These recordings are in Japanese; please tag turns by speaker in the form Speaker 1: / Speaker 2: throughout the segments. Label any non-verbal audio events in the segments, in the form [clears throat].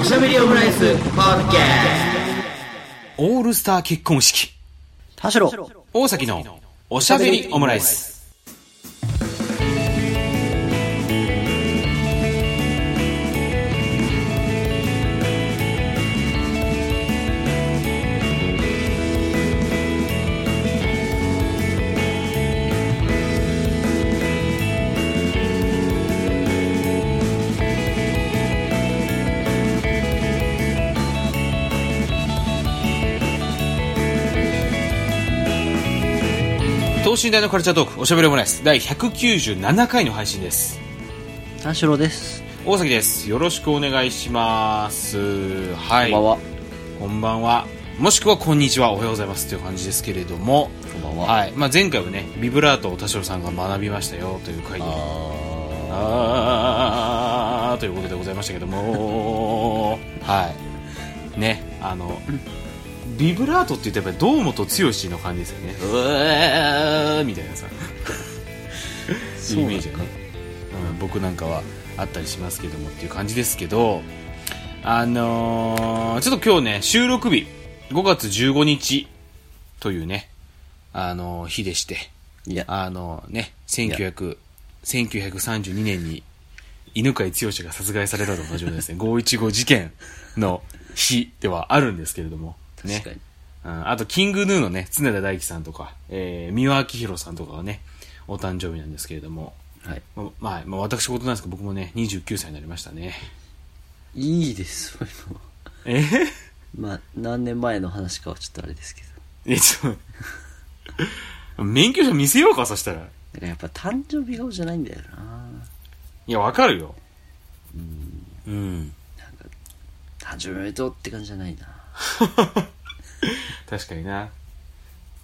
Speaker 1: おしゃべりオムライスポッケ
Speaker 2: オールスター結婚式。
Speaker 3: 田代、
Speaker 2: 大崎のおしゃべりオムライス。等身大のカルチャートーク、おしゃべりオムライス。第197回の配信です。
Speaker 3: 田代です。
Speaker 2: 大崎です。よろしくお願いします。はい。
Speaker 3: こんばんは。
Speaker 2: こんばんは。もしくはこんにちは、おはようございますという感じですけれども、
Speaker 3: こんばんは。
Speaker 2: はい。まあ、前回はね、ビブラートを田代さんが学びましたよという回で、
Speaker 3: あ
Speaker 2: あーということでございましたけどもはいねあのビブラートって言ってやっぱり堂本剛の感じですよねうわーみたいなさ
Speaker 3: そうな
Speaker 2: イ
Speaker 3: のか
Speaker 2: メージがね、うん、僕なんかはあったりしますけどもっていう感じですけどあのーちょっと今日ね収録日5月15日というねあのー日でして
Speaker 3: ーいや、
Speaker 2: あのね、1900 1932年に犬飼剛が殺害されたと同じようですね、515事件の日ではあるんですけれども、ね。
Speaker 3: 確かに
Speaker 2: うんあと、キングヌーのね、常田大樹さんとか、えー、三輪明宏さんとかがね、お誕生日なんですけれども、
Speaker 3: はい。
Speaker 2: ままあ、まあ、私事なんですけど、僕もね、29歳になりましたね。
Speaker 3: いいです、そういうのは
Speaker 2: えー
Speaker 3: まあ、何年前の話かはちょっとあれですけど。
Speaker 2: え、ちょっと、 [laughs] 免許証見せようか、そしたら。
Speaker 3: だからやっぱ誕生日顔じゃないんだよな。
Speaker 2: いや、わかるよ。うん
Speaker 3: 誕生日おめでとうって感じじゃないな。
Speaker 2: 確かにな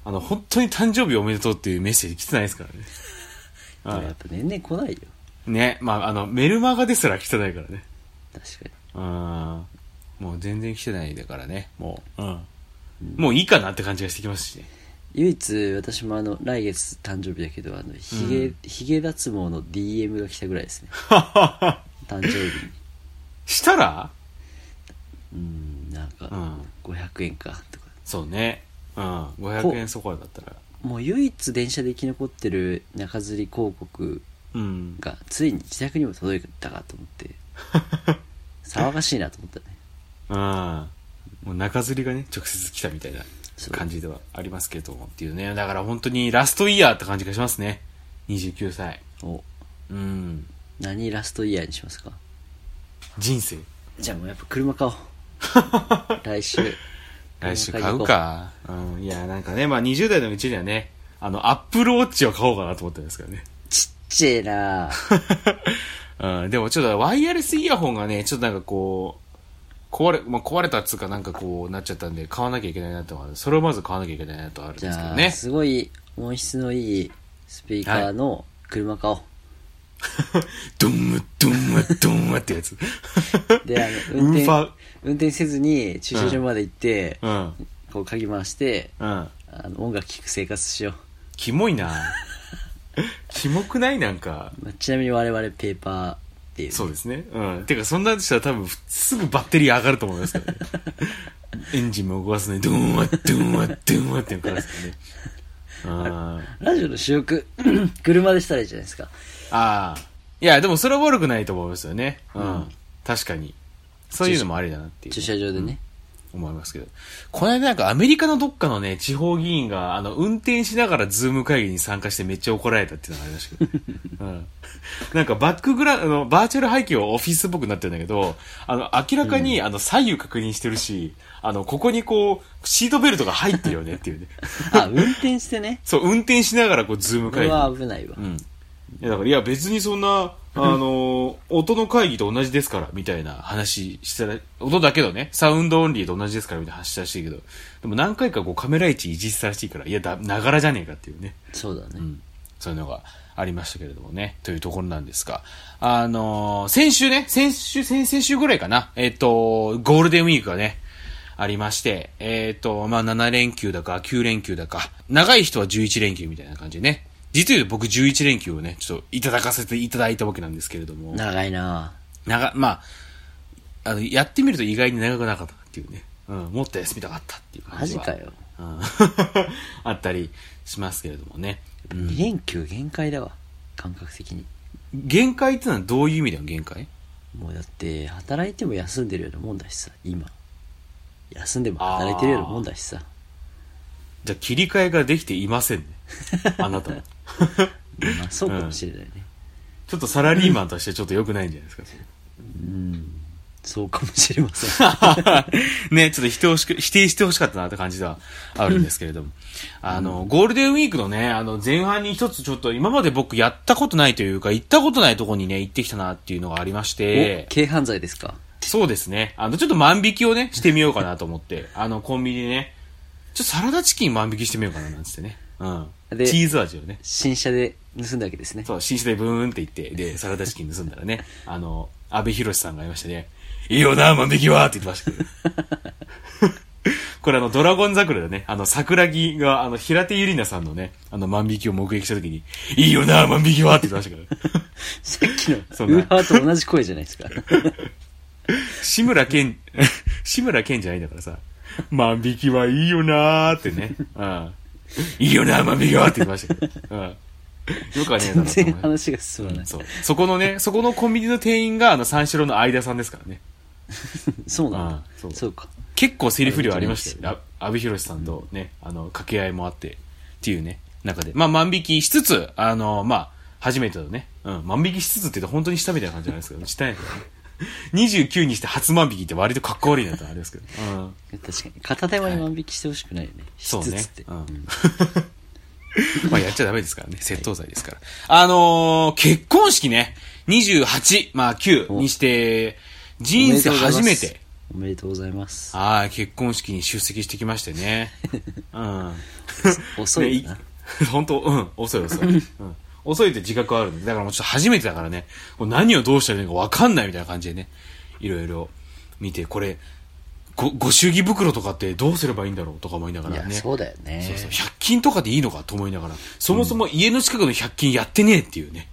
Speaker 2: あの本当に誕生日おめでとうっていうメッセージ来てないですからね
Speaker 3: でもやっぱ年々来ないよ。
Speaker 2: ねまああのメルマガですら来てないからね
Speaker 3: 確かに。
Speaker 2: うんもう全然来てないだからねもううんもういいかなって感じがしてきますしね [laughs]
Speaker 3: 唯一私もあの来月誕生日だけどあのひげ、ひげ脱毛の DM が来たぐらいですね誕生日に
Speaker 2: したら
Speaker 3: うんなん
Speaker 2: う
Speaker 3: か
Speaker 2: ん
Speaker 3: 500円かとか
Speaker 2: そうねうん500円そこらだったら
Speaker 3: もう唯一電車で生き残ってる中吊り広告
Speaker 2: うん
Speaker 3: がついに自宅にも届いたかと思って
Speaker 2: [laughs]
Speaker 3: 騒がしいなと思ったね
Speaker 2: うんもう中吊りがね直接来たみたいな
Speaker 3: そう
Speaker 2: 感じではありますけどもっていうねだから本当にラストイヤーって感じがしますね29歳
Speaker 3: お
Speaker 2: うん
Speaker 3: 何ラストイヤーにしますか
Speaker 2: 人生
Speaker 3: じゃあもうやっぱ車
Speaker 2: [laughs]
Speaker 3: 買おう来週
Speaker 2: 来週買うか。うん。いや、なんかね、まあ20代のうちにはね、あの、アップルウォッチを買おうかなと思ってるんですけどね。
Speaker 3: ちっちゃいな
Speaker 2: うん。でもちょっとワイヤレスイヤホンがね、ちょっとなんかこう、壊れ、まあ、壊れたっつうかなんかこうなっちゃったんで、買わなきゃいけないなってのがあるそれをまず買わなきゃいけないなとあるん
Speaker 3: じ
Speaker 2: ですけ
Speaker 3: ゃ
Speaker 2: ど
Speaker 3: あ、
Speaker 2: ね。
Speaker 3: すごい音質のいいスピーカーの車買おう、
Speaker 2: ドンム、ドンム、ドンムってやつ。 [laughs]
Speaker 3: であの運
Speaker 2: ウーファー
Speaker 3: 転運転せずに駐車場まで行って、
Speaker 2: うん。
Speaker 3: こう鍵回して
Speaker 2: うん。
Speaker 3: あの音楽聴く生活しよ
Speaker 2: キモいなキモくないなんか。
Speaker 3: う、まあ、ちなみに我々ペーパーっていう
Speaker 2: そうですね。うん。てか、そんなんしたら多分、すぐバッテリー上がると思いますけど [laughs] ね。エンジンも動かすのに、ドゥンワッ、ドゥンワッ、ドゥンワッっていう感じですよね。あ
Speaker 3: ラジオの主力 [clears throat] 車でしたらいいじゃないですか
Speaker 2: あ。ああ。いや、でもそれは悪くないと思いますよね。うん。
Speaker 3: うん
Speaker 2: 確かに。そういうのもありだなっていう、
Speaker 3: 駐車場でね、
Speaker 2: 思いますけど。この間なんかアメリカのどっかのね、地方議員が、あの、運転しながらズーム会議に参加してめっちゃ怒られたっていうのがありましたけど、ね、うん。なんかバックグラウンド、あの、バーチャル背景はオフィスっぽくなってるんだけど、あの、明らかに、あの、左右確認してるし、あの、ここにこう、シートベルトが入ってるよねっていうね。
Speaker 3: あ運転して
Speaker 2: [laughs]
Speaker 3: ね
Speaker 2: そう、運転しながらこう、ズーム
Speaker 3: こ
Speaker 2: 会
Speaker 3: れ
Speaker 2: 議。
Speaker 3: は危ないわ、
Speaker 2: うん。いや、だから、いや、別にそんな、あのー、音の会議と同じですから、みたいな話してたら、音だけどね、サウンドオンリーと同じですから、みたいな話したらしいけど、でも何回かこうカメラ位置いじってたらしいから、いや、だ、ながらじゃねえかっていうね。
Speaker 3: そうだね、
Speaker 2: うん。そういうのがありましたけれどもね、というところなんですが、あのー先週ね、先週、先々週ぐらいかな、えっ、と、ゴールデンウィークがね、ありまして、えっ、と、まあ、7連休だか、9連休だか、長い人は11連休みたいな感じでね、実を言うと僕11連休をね、ちょっといただかせていただいたわけなんですけれども、
Speaker 3: 長いな
Speaker 2: 長、まあ、あの、やってみると意外に長くなかったっていうね。うん、もっと休みたかったっていう感
Speaker 3: マ
Speaker 2: じ
Speaker 3: ジ
Speaker 2: は
Speaker 3: かよ。
Speaker 2: うん [laughs] あったりしますけれどもね。うん
Speaker 3: 2連休限界だわ。感覚的に。
Speaker 2: 限界ってのはどういう意味だよ、限界
Speaker 3: もうだって、働いても休んでるようなもんだしさ、今。休んでも働いてるようなもんだしさ。
Speaker 2: じゃあ切り替えができていませ [laughs] んね。あなたは。
Speaker 3: まあ、そうかもしれないね。
Speaker 2: ちょっとサラリーマンとしてちょっと良くないんじゃないですか、それ
Speaker 3: うん。そうかもしれません。
Speaker 2: [laughs] ね、ちょっと否定しく否定してほしかったなって感じではあるんですけれども。あの、ゴールデンウィークのね、あの、前半に一つちょっと今まで僕やったことないというか、行ったことないとこにね、行ってきたなっていうのがありまして
Speaker 3: お、軽犯罪ですか
Speaker 2: そうですね。あの、ちょっと万引きをね、してみようかなと思って、あの、コンビニでね、ちょっとサラダチキン万引きしてみようかななんつってね。うん。
Speaker 3: で
Speaker 2: チーズ味をね。
Speaker 3: 新車で盗んだわけですね。
Speaker 2: そう、新車でブーンって行って、で、サラダチキン盗んだらね、あの、安倍博さんがいましてね、いいよな、万引きはって言ってましたけど。これあの、ドラゴン桜でね、あの、桜木が、あの、平手ゆりなさんのね、あの、万引きを目撃した時に、いいよな、万引きはって言ってましたから。
Speaker 3: さっきのウ
Speaker 2: そんな
Speaker 3: ーハーと同じ声じゃないですか。
Speaker 2: 志村けん、 [laughs] 志村けんじゃないんだからさ、万引きはいいよなーってね、うん。いいよなー、万引きはって言ってましたけど、うん。よくはねえだ
Speaker 3: 全
Speaker 2: ろうと思
Speaker 3: 然
Speaker 2: う
Speaker 3: 話が進まない。
Speaker 2: そう。そこの [laughs] ね、そこのコンビニの店員が、あの、三四郎の相田さんですからね。
Speaker 3: そうなんだ
Speaker 2: ああそう
Speaker 3: そうか。
Speaker 2: 結構セリフ量ありましたよ。あ阿部寛さんとね、あの、掛け合いもあって、っていうね、中で。まあ、万引きしつつ、あの、まあ、初めてのね、うん、万引きしつつって言うと本当にしたみたいな感じじゃないですけど、したんやけどね。29にして初万引きって割とかっこ悪いなとあれですけど。うん。
Speaker 3: 確かに。片手間に万引きしてほしくないよね。
Speaker 2: そう
Speaker 3: し
Speaker 2: ね
Speaker 3: つつって。。
Speaker 2: うん。 [laughs] まあやっちゃダメですからね。窃盗罪ですから。あのー、結婚式ね。28、まあ9にして、人生初めて。
Speaker 3: おめでとうございます。
Speaker 2: はい、結婚式に出席してきまし
Speaker 3: [laughs]
Speaker 2: てね。うん。
Speaker 3: 遅いな
Speaker 2: ね。い [laughs] 本当うん、遅い遅い。うん。遅いって自覚はあるんで、だからもうちょっと初めてだからね、もう何をどうしたらいいのかわかんないみたいな感じでね、いろいろ見て、これ、ご、ご祝儀袋とかってどうすればいいんだろうとか思いなが
Speaker 3: い
Speaker 2: ら
Speaker 3: や、
Speaker 2: ね。
Speaker 3: そうだよね。
Speaker 2: そうそう、100均とかでいいのかと思いながら、そもそも家の近くの100均やってねえっていうね、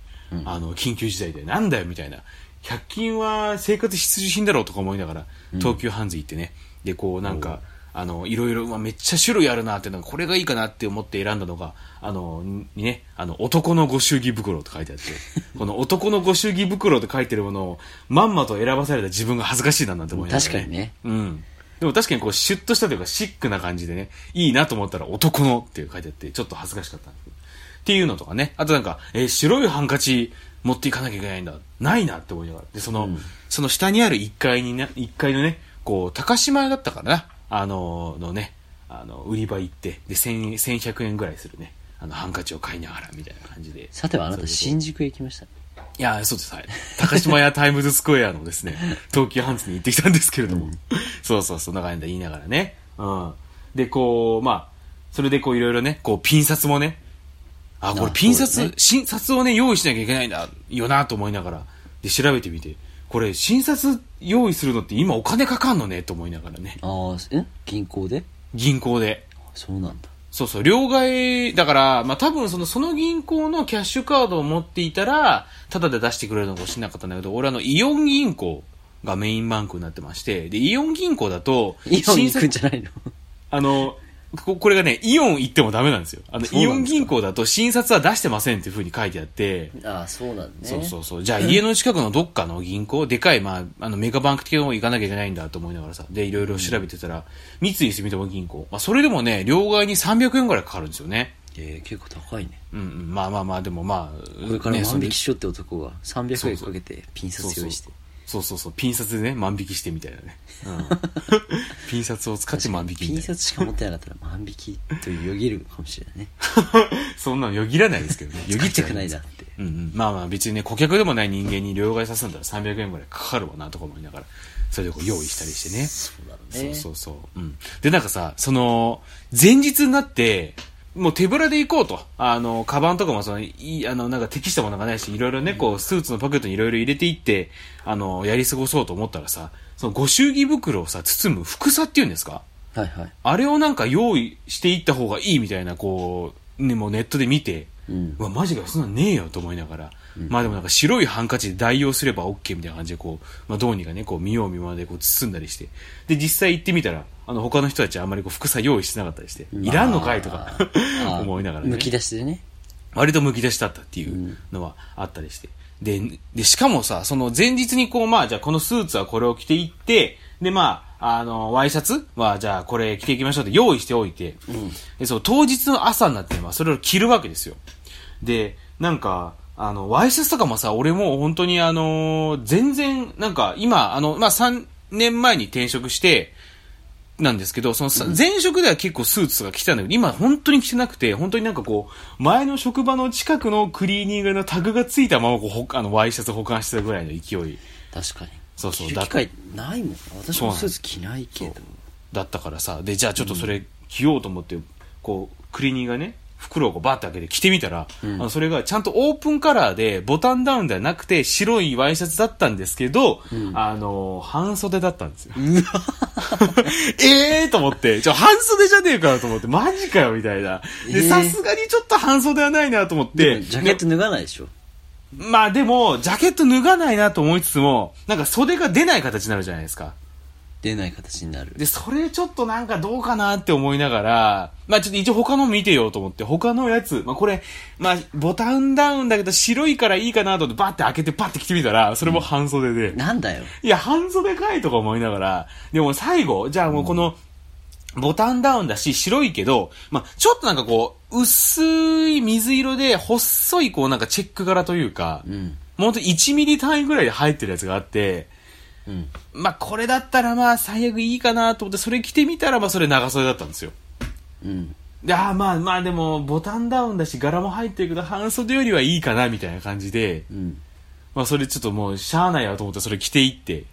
Speaker 2: あの、緊急事態で、なんだよみたいな、100均は生活必需品だろうとか思いながら、東急ハンズ行ってね、で、こうなんか、あの、いろいろ、うわめっちゃ種類あるなっていうのが、これがいいかなって思って選んだのが、あの、にね、あの、男のご祝儀袋と書いてあって、
Speaker 3: [laughs]
Speaker 2: この男のご祝儀袋と書いてるものを、まんまと選ばされた自分が恥ずかしいななんて思いながら、
Speaker 3: 確かにね。
Speaker 2: うん。でも確かにこう、シュッとしたというか、シックな感じでね、いいなと思ったら、男のっていう書いてあって、ちょっと恥ずかしかったんですけど。っていうのとかね。あとなんか、えー白いハンカチ持っていかなきゃいけないんだ。ないなって思いながら。で、その、その下にある1階にね、1階のね、こう、高島屋だったからな。あのーのね、あの、売り場行って、で、1000 1100円ぐらいするね。あの、ハンカチを買いながら、みたいな感じで。
Speaker 3: さてはあなた、
Speaker 2: そういう
Speaker 3: 新宿へ行きましたね。
Speaker 2: いや、そうです。はい。高島屋タイムズスクエアのです
Speaker 3: [laughs]
Speaker 2: ね、東急ハンズに行ってきたんですけれども。そうそう、そんな感じで言いながらね。うん。で、こう、まあ、それでこういろいろね、こうピン札もね、あ、
Speaker 3: あ
Speaker 2: これピン
Speaker 3: そう
Speaker 2: 札、
Speaker 3: ですね
Speaker 2: 新札をね、用意しなきゃいけないんだ、よなと思いながら、で、調べてみて、これ、新札用意するのって今お金かかんのね、と思いながらね。
Speaker 3: ああ、え銀行で
Speaker 2: 銀行で。
Speaker 3: あそうなんだ。
Speaker 2: そうそう、両替、だから、まあ、多分その、その銀行のキャッシュカードを持っていたら、タダで出してくれるのかもしれなかったんだけど、俺あの、イオン銀行がメインバンクになってまして、で、イオン銀行だと、
Speaker 3: イオン行くん
Speaker 2: 新
Speaker 3: じゃないの
Speaker 2: あの、ここれがね、イオン行ってもダメなんですよ。あの、
Speaker 3: そう
Speaker 2: イ
Speaker 3: な
Speaker 2: オ
Speaker 3: ん
Speaker 2: ン
Speaker 3: ですか
Speaker 2: 銀行だと、新札は出してませんっていう風に書いてあって、
Speaker 3: ああ、そうなんだね。
Speaker 2: そうそうそう。じゃあ家の近くのどっかの銀行、でかい、まあ、あのメガバンク系の方行かなきゃいけないんだと思いながらさ、で、いろいろ調べてたら、三井住友銀行。まあ、それでもね、両替に300円ぐらいかかるんですよね。
Speaker 3: えー結構高いね。
Speaker 2: うんうん、まあまあまあ、でもまあ、
Speaker 3: これから
Speaker 2: ねそ
Speaker 3: 万
Speaker 2: れ
Speaker 3: 引きしようって男が300円
Speaker 2: そうそう
Speaker 3: かけてピン札用意して。
Speaker 2: そうそうそう、ピン札でね、万引きしてみたいなね。うん
Speaker 3: [laughs]
Speaker 2: ピン札を使って万引き
Speaker 3: ピ
Speaker 2: み
Speaker 3: ン
Speaker 2: たいな。
Speaker 3: 札しか持ってなかったら万引きとよぎるかもしれない
Speaker 2: [laughs]
Speaker 3: ね。
Speaker 2: そんなのよぎらないですけどね。よ
Speaker 3: [laughs] 使
Speaker 2: ぎっ
Speaker 3: い
Speaker 2: ち
Speaker 3: た
Speaker 2: ゃ
Speaker 3: く
Speaker 2: う
Speaker 3: ないなって。
Speaker 2: うんうん、まあまあ別にね、顧客でもない人間に両替させんだら300円ぐらいかかるわなとか思いながら、それでこう用意したりしてね。
Speaker 3: そうだろう
Speaker 2: そ
Speaker 3: ね。
Speaker 2: うそうそう。うん。で、なんかさ、その、前日になって、もう手ぶらで行こうと。あの、カバンとかもその、いい、あの、なんか適したものがないし、いろいろね、こう、スーツのポケットにいろいろ入れていって、あの、やり過ごそうと思ったらさ、その、ご祝儀袋をさ、包む服さっていうんですか
Speaker 3: はいはい。
Speaker 2: あれをなんか用意していった方がいいみたいな、こう、ね、もうネットで見て、
Speaker 3: うん
Speaker 2: うわ、マジかよ、そんなんねえよと思いながら、まあでもなんか白いハンカチで代用すれば OK みたいな感じでこう、まあどうにかね、こう見よう見まねでこう包んだりして。で、実際行ってみたら、あの他の人たちはあんまりこう服さ用意してなかったりして、いらんのかいとか [laughs]
Speaker 3: あー
Speaker 2: 思いながらね。
Speaker 3: むき出しでね
Speaker 2: 割とむき出しだったっていうのはあったりして。で、で、しかもさ、その前日にこう、まあ、じゃあこのスーツはこれを着ていって、で、まあ、あの、ワイシャツは、じゃあこれ着ていきましょうって用意しておいて、で、そう、当日の朝になって、まあ、それを着るわけですよ。で、なんか、あの、ワイシャツとかもさ、俺もう本当にあのー全然、なんか、今、あの、まあ、3年前に転職して、なんですけど、そのさ前職では結構スーツとか着てたんだけど、今本当に着てなくて、本当になんかこう、前の職場の近くのクリーニングのタグがついたままこうほ、あの、ワイシャツ保管してたぐらいの勢い
Speaker 3: 確かに
Speaker 2: そうそう
Speaker 3: 着る
Speaker 2: だ
Speaker 3: 機会ないもんな私
Speaker 2: そう
Speaker 3: も
Speaker 2: なの
Speaker 3: スーツ着ないけど
Speaker 2: だったからさ、で、じゃあちょっとそれ着ようと思って、こう、クリーニングがね、袋をこうバーって開けて着てみたら、あのそれがちゃんとオープンカラーで、ボタンダウンではなくて、白いワイシャツだったんですけど、あの、半袖だったんですよ。 [laughs] ええーと思って、ちょ、半袖じゃねえかなと思って、マジかよ、みたいな。
Speaker 3: え
Speaker 2: で、
Speaker 3: ー
Speaker 2: さすがにちょっと半袖はないなと思っ
Speaker 3: で
Speaker 2: て。
Speaker 3: もジャケット脱がないでしょ
Speaker 2: まあでも、ジャケット脱がないなと思いつつも、なんか袖が出ない形になるじゃないですか。
Speaker 3: 出ない形になる
Speaker 2: で、それちょっとなんかどうかなって思いながら、まあちょっと一応他の見てようと思って、他のやつ、まあこれ、まあボタンダウンだけど白いからいいかなと思ってバって開けてバって着てみたら、それも半袖で。
Speaker 3: なんだよ
Speaker 2: いや、半袖かいとか思いながら、でも最後、じゃあもうこの、ボタンダウンだし、白いけど、まあ、ちょっとなんかこう、薄い水色で、細いこうなんかチェック柄というか、
Speaker 3: うん
Speaker 2: もうほんと1ミリ単位ぐらいで入ってるやつがあって、
Speaker 3: うん
Speaker 2: まあ、これだったらまあ、最悪いいかなと思って、それ着てみたらまあ、それ長袖だったんですよ。
Speaker 3: うん
Speaker 2: で、ああ、まあまあ、でも、ボタンダウンだし、柄も入ってるけど、半袖よりはいいかな、みたいな感じで、
Speaker 3: うん
Speaker 2: まあ、それちょっともう、しゃあないやと思って、それ着ていって、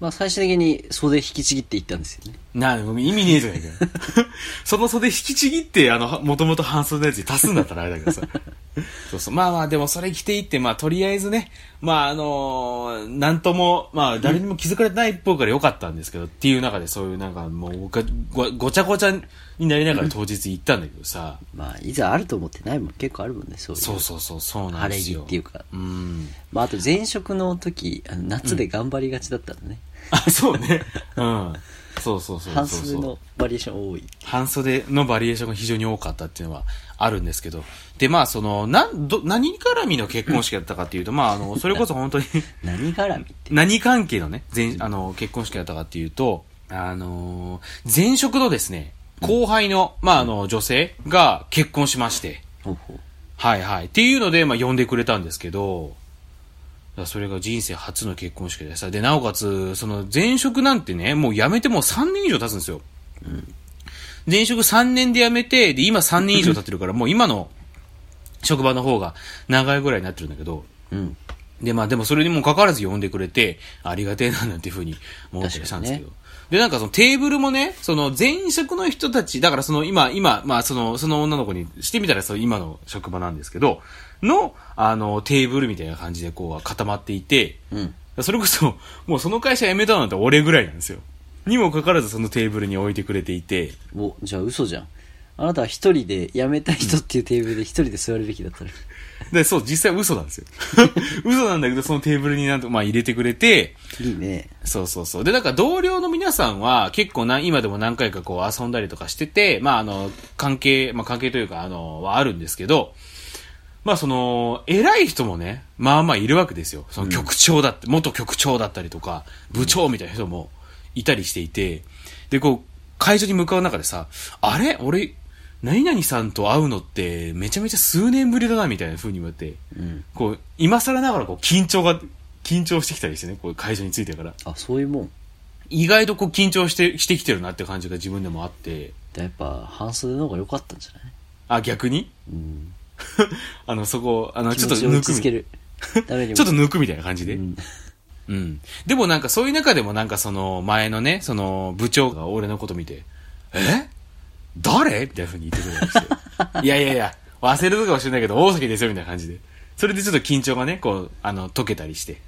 Speaker 3: まあ最終的に袖引きちぎっていったんですよね
Speaker 2: なあ、意味ねえじゃないかよ。 [laughs] その袖引きちぎって、あの、もともと半袖のやつに足すんだったらあれだけどさ。 [laughs] そうそう。まあまあ、でもそれ着ていって、まあとりあえずね、まああのーなんとも、まあ誰にも気づかれてないっぽいからよかったんですけど、っていう中でそういうなんかもうごごごちゃごちゃになりながら当日行ったんだけどさ。
Speaker 3: まあいざあると思ってないもん結構あるもんねそういう
Speaker 2: そうそうそう、そうなん
Speaker 3: 晴
Speaker 2: で
Speaker 3: れ
Speaker 2: す
Speaker 3: 着
Speaker 2: よ。
Speaker 3: っていうか
Speaker 2: うん。
Speaker 3: まああと前職の時あの夏で頑張りがちだったのね、
Speaker 2: あ、そうね。うん。そうそうそうそうそう。
Speaker 3: 半袖のバリエーション多い
Speaker 2: 半袖のバリエーションが非常に多かったっていうのはあるんですけど。で、まあ、その、なん、ど、何絡みの結婚式だったかっていうと、まあ、あの、それこそ本当に、
Speaker 3: 何絡みって
Speaker 2: 何関係のね、前、あの、結婚式だったかっていうと、あのー前職のですね、後輩の、まあ、あの、女性が結婚しまして、
Speaker 3: ほうほう
Speaker 2: はいはい。っていうので、まあ、呼んでくれたんですけど、だからそれが人生初の結婚式でさ、で、なおかつ、その前職なんてね、もう辞めてもう3年以上経つんですよ。前職3年で辞めて、で、今3年以上経ってるから、もう今の職場の方が長いぐらいになってるんだけど、
Speaker 3: うん
Speaker 2: で、まあでもそれにもかかわらず呼んでくれて、ありがてえななんていうふうに思ったりしたんですけど。で、なんかそのテーブルもね、その前職の人たち、だからその今、今、まあその、その女の子にしてみたらその今の職場なんですけど、の、あの、テーブルみたいな感じでこう固まっていて、
Speaker 3: うん
Speaker 2: それこそ、もうその会社辞めたのなんて俺ぐらいなんですよ。にもかかわらずそのテーブルに置いてくれていて、
Speaker 3: おじゃあ嘘じゃんあなたは一人で辞めた人っていうテーブルで一人で座るべきだったら
Speaker 2: で、そう、実際嘘なんですよ。 [laughs] 嘘なんだけど、そのテーブルになんと、まあ入れてくれて、
Speaker 3: いいね
Speaker 2: そうそうそう。で、なんか同僚の皆さんは結構な、今でも何回かこう遊んだりとかしてて、まああの、関係、まあ関係というか、あの、はあるんですけど、まあその、偉い人もね、まあまあいるわけですよ。その局長だって、元局長だったりとか、部長みたいな人もいたりしていて、で、こう、会場に向かう中でさ、あれ俺、何々さんと会うのってめちゃめちゃ数年ぶりだなみたいな風に言われて、
Speaker 3: うん
Speaker 2: こう、今更ながらこう緊張が、緊張してきたりしてね、こう会場についてから。
Speaker 3: あそういうもん
Speaker 2: 意外とこう緊張してしてきてるなって感じが自分でもあって、
Speaker 3: やっぱ半袖の方が良かったんじゃない
Speaker 2: あ、逆に
Speaker 3: うん
Speaker 2: あの、そこ、あの、ち
Speaker 3: 気
Speaker 2: ょっと
Speaker 3: 持ちを
Speaker 2: 抜
Speaker 3: 落
Speaker 2: く
Speaker 3: ち
Speaker 2: み
Speaker 3: 着
Speaker 2: た
Speaker 3: け
Speaker 2: いな。
Speaker 3: るためにも
Speaker 2: [laughs] ちょっと抜くみたいな感じで。
Speaker 3: う
Speaker 2: うん。
Speaker 3: ん
Speaker 2: でもなんかそういう中でもなんかその、前のね、その、部長が俺のこと見て、え誰みたいな風に言ってくれた
Speaker 3: [laughs]
Speaker 2: りして。いやいやいや、忘れるかもしれないけど、大崎ですよ、みたいな感じで。それでちょっと緊張がね、こう、あの、解けたりして。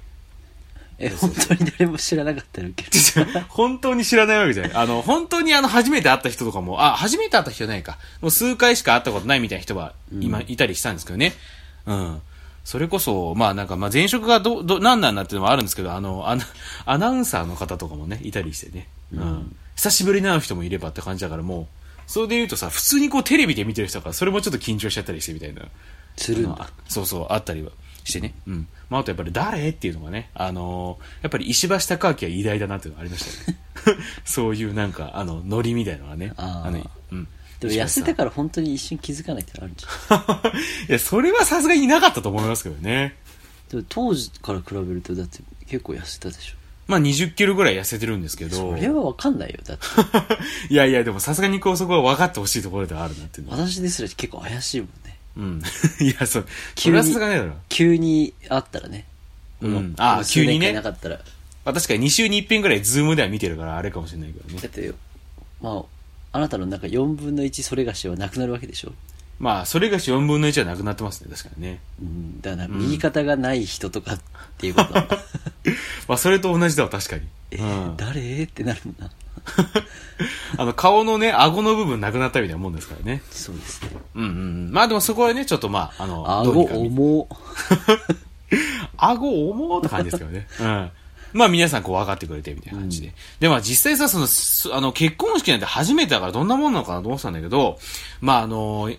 Speaker 3: え本当に誰も知らなかったらウケる
Speaker 2: [laughs] 本当に知らないわけじゃない。あの、本当にあの、初めて会った人とかも、あ、初めて会った人じゃないか。もう数回しか会ったことないみたいな人は、今、いたりしたんですけどね。うん。それこそ、まあなんか、まあ前職がど、ど、なんなんなっていうのもあるんですけど、あの、アナ、アナウンサーの方とかもね、いたりしてね。うん。久しぶりに会う人もいればって感じだからもう、それで言うとさ、普通にこうテレビで見てる人だから、それもちょっと緊張しちゃったりしてみたいな。
Speaker 3: するん
Speaker 2: あ
Speaker 3: だ。
Speaker 2: そうそう、あったりはしてね。うん。まああとやっぱり誰っていうのがね、あのーやっぱり石橋貴明は偉大だなっていうのがありました
Speaker 3: [laughs]
Speaker 2: よね。そういうなんか、あの、ノリみたいなのがね。
Speaker 3: あー
Speaker 2: の、うん。
Speaker 3: でも痩せたから本当に一瞬気づかないってのあるんじゃない
Speaker 2: いや、それはさすがにいなかったと思いますけどね。
Speaker 3: でも当時から比べるとだって結構痩せたでしょ。
Speaker 2: まあ20キロぐらい痩せてるんですけ
Speaker 3: そ
Speaker 2: ど。
Speaker 3: れはわかんないよ。だって
Speaker 2: いやいや、でもさすがにこうそこは分かってほしいところではあるなっていうのは。
Speaker 3: 私ですら結構怪しいもんね。
Speaker 2: うん。 [laughs] いや、そう。それはさすがにだろ。
Speaker 3: 急に会ったらね。
Speaker 2: うんあー
Speaker 3: 数年間
Speaker 2: 急にね
Speaker 3: なかったら。だ
Speaker 2: まあ確かに2週に1遍ぐらいズームでは見てるからあれかもしれないけどね。
Speaker 3: って、まあ、あなたのなんか4分の1それがしはなくなるわけでしょ。
Speaker 2: まあ、それがし4分の1はなくなってますね、確かにね。
Speaker 3: うん、だから右肩がない人とかっていう
Speaker 2: [laughs]
Speaker 3: ことなんだ
Speaker 2: まあ、それと同じだわ、確かに。
Speaker 3: え
Speaker 2: う
Speaker 3: ー
Speaker 2: ん、
Speaker 3: 誰ってなるもんな。
Speaker 2: あの、顔のね、顎の部分なくなったみたいなもんですからね。
Speaker 3: そうですね。
Speaker 2: うんうんうん。まあでもそこはね、ちょっとまあ、あの、
Speaker 3: 顎
Speaker 2: どうにか見
Speaker 3: 重。
Speaker 2: 顎重って感じですけどね。 [laughs] うん。まあ皆さんこう分かってくれてみたいな感じで。で、まあ実際さ、そのす、あの、結婚式なんて初めてだからどんなもんなのかなと思ってたんだけど、まああの、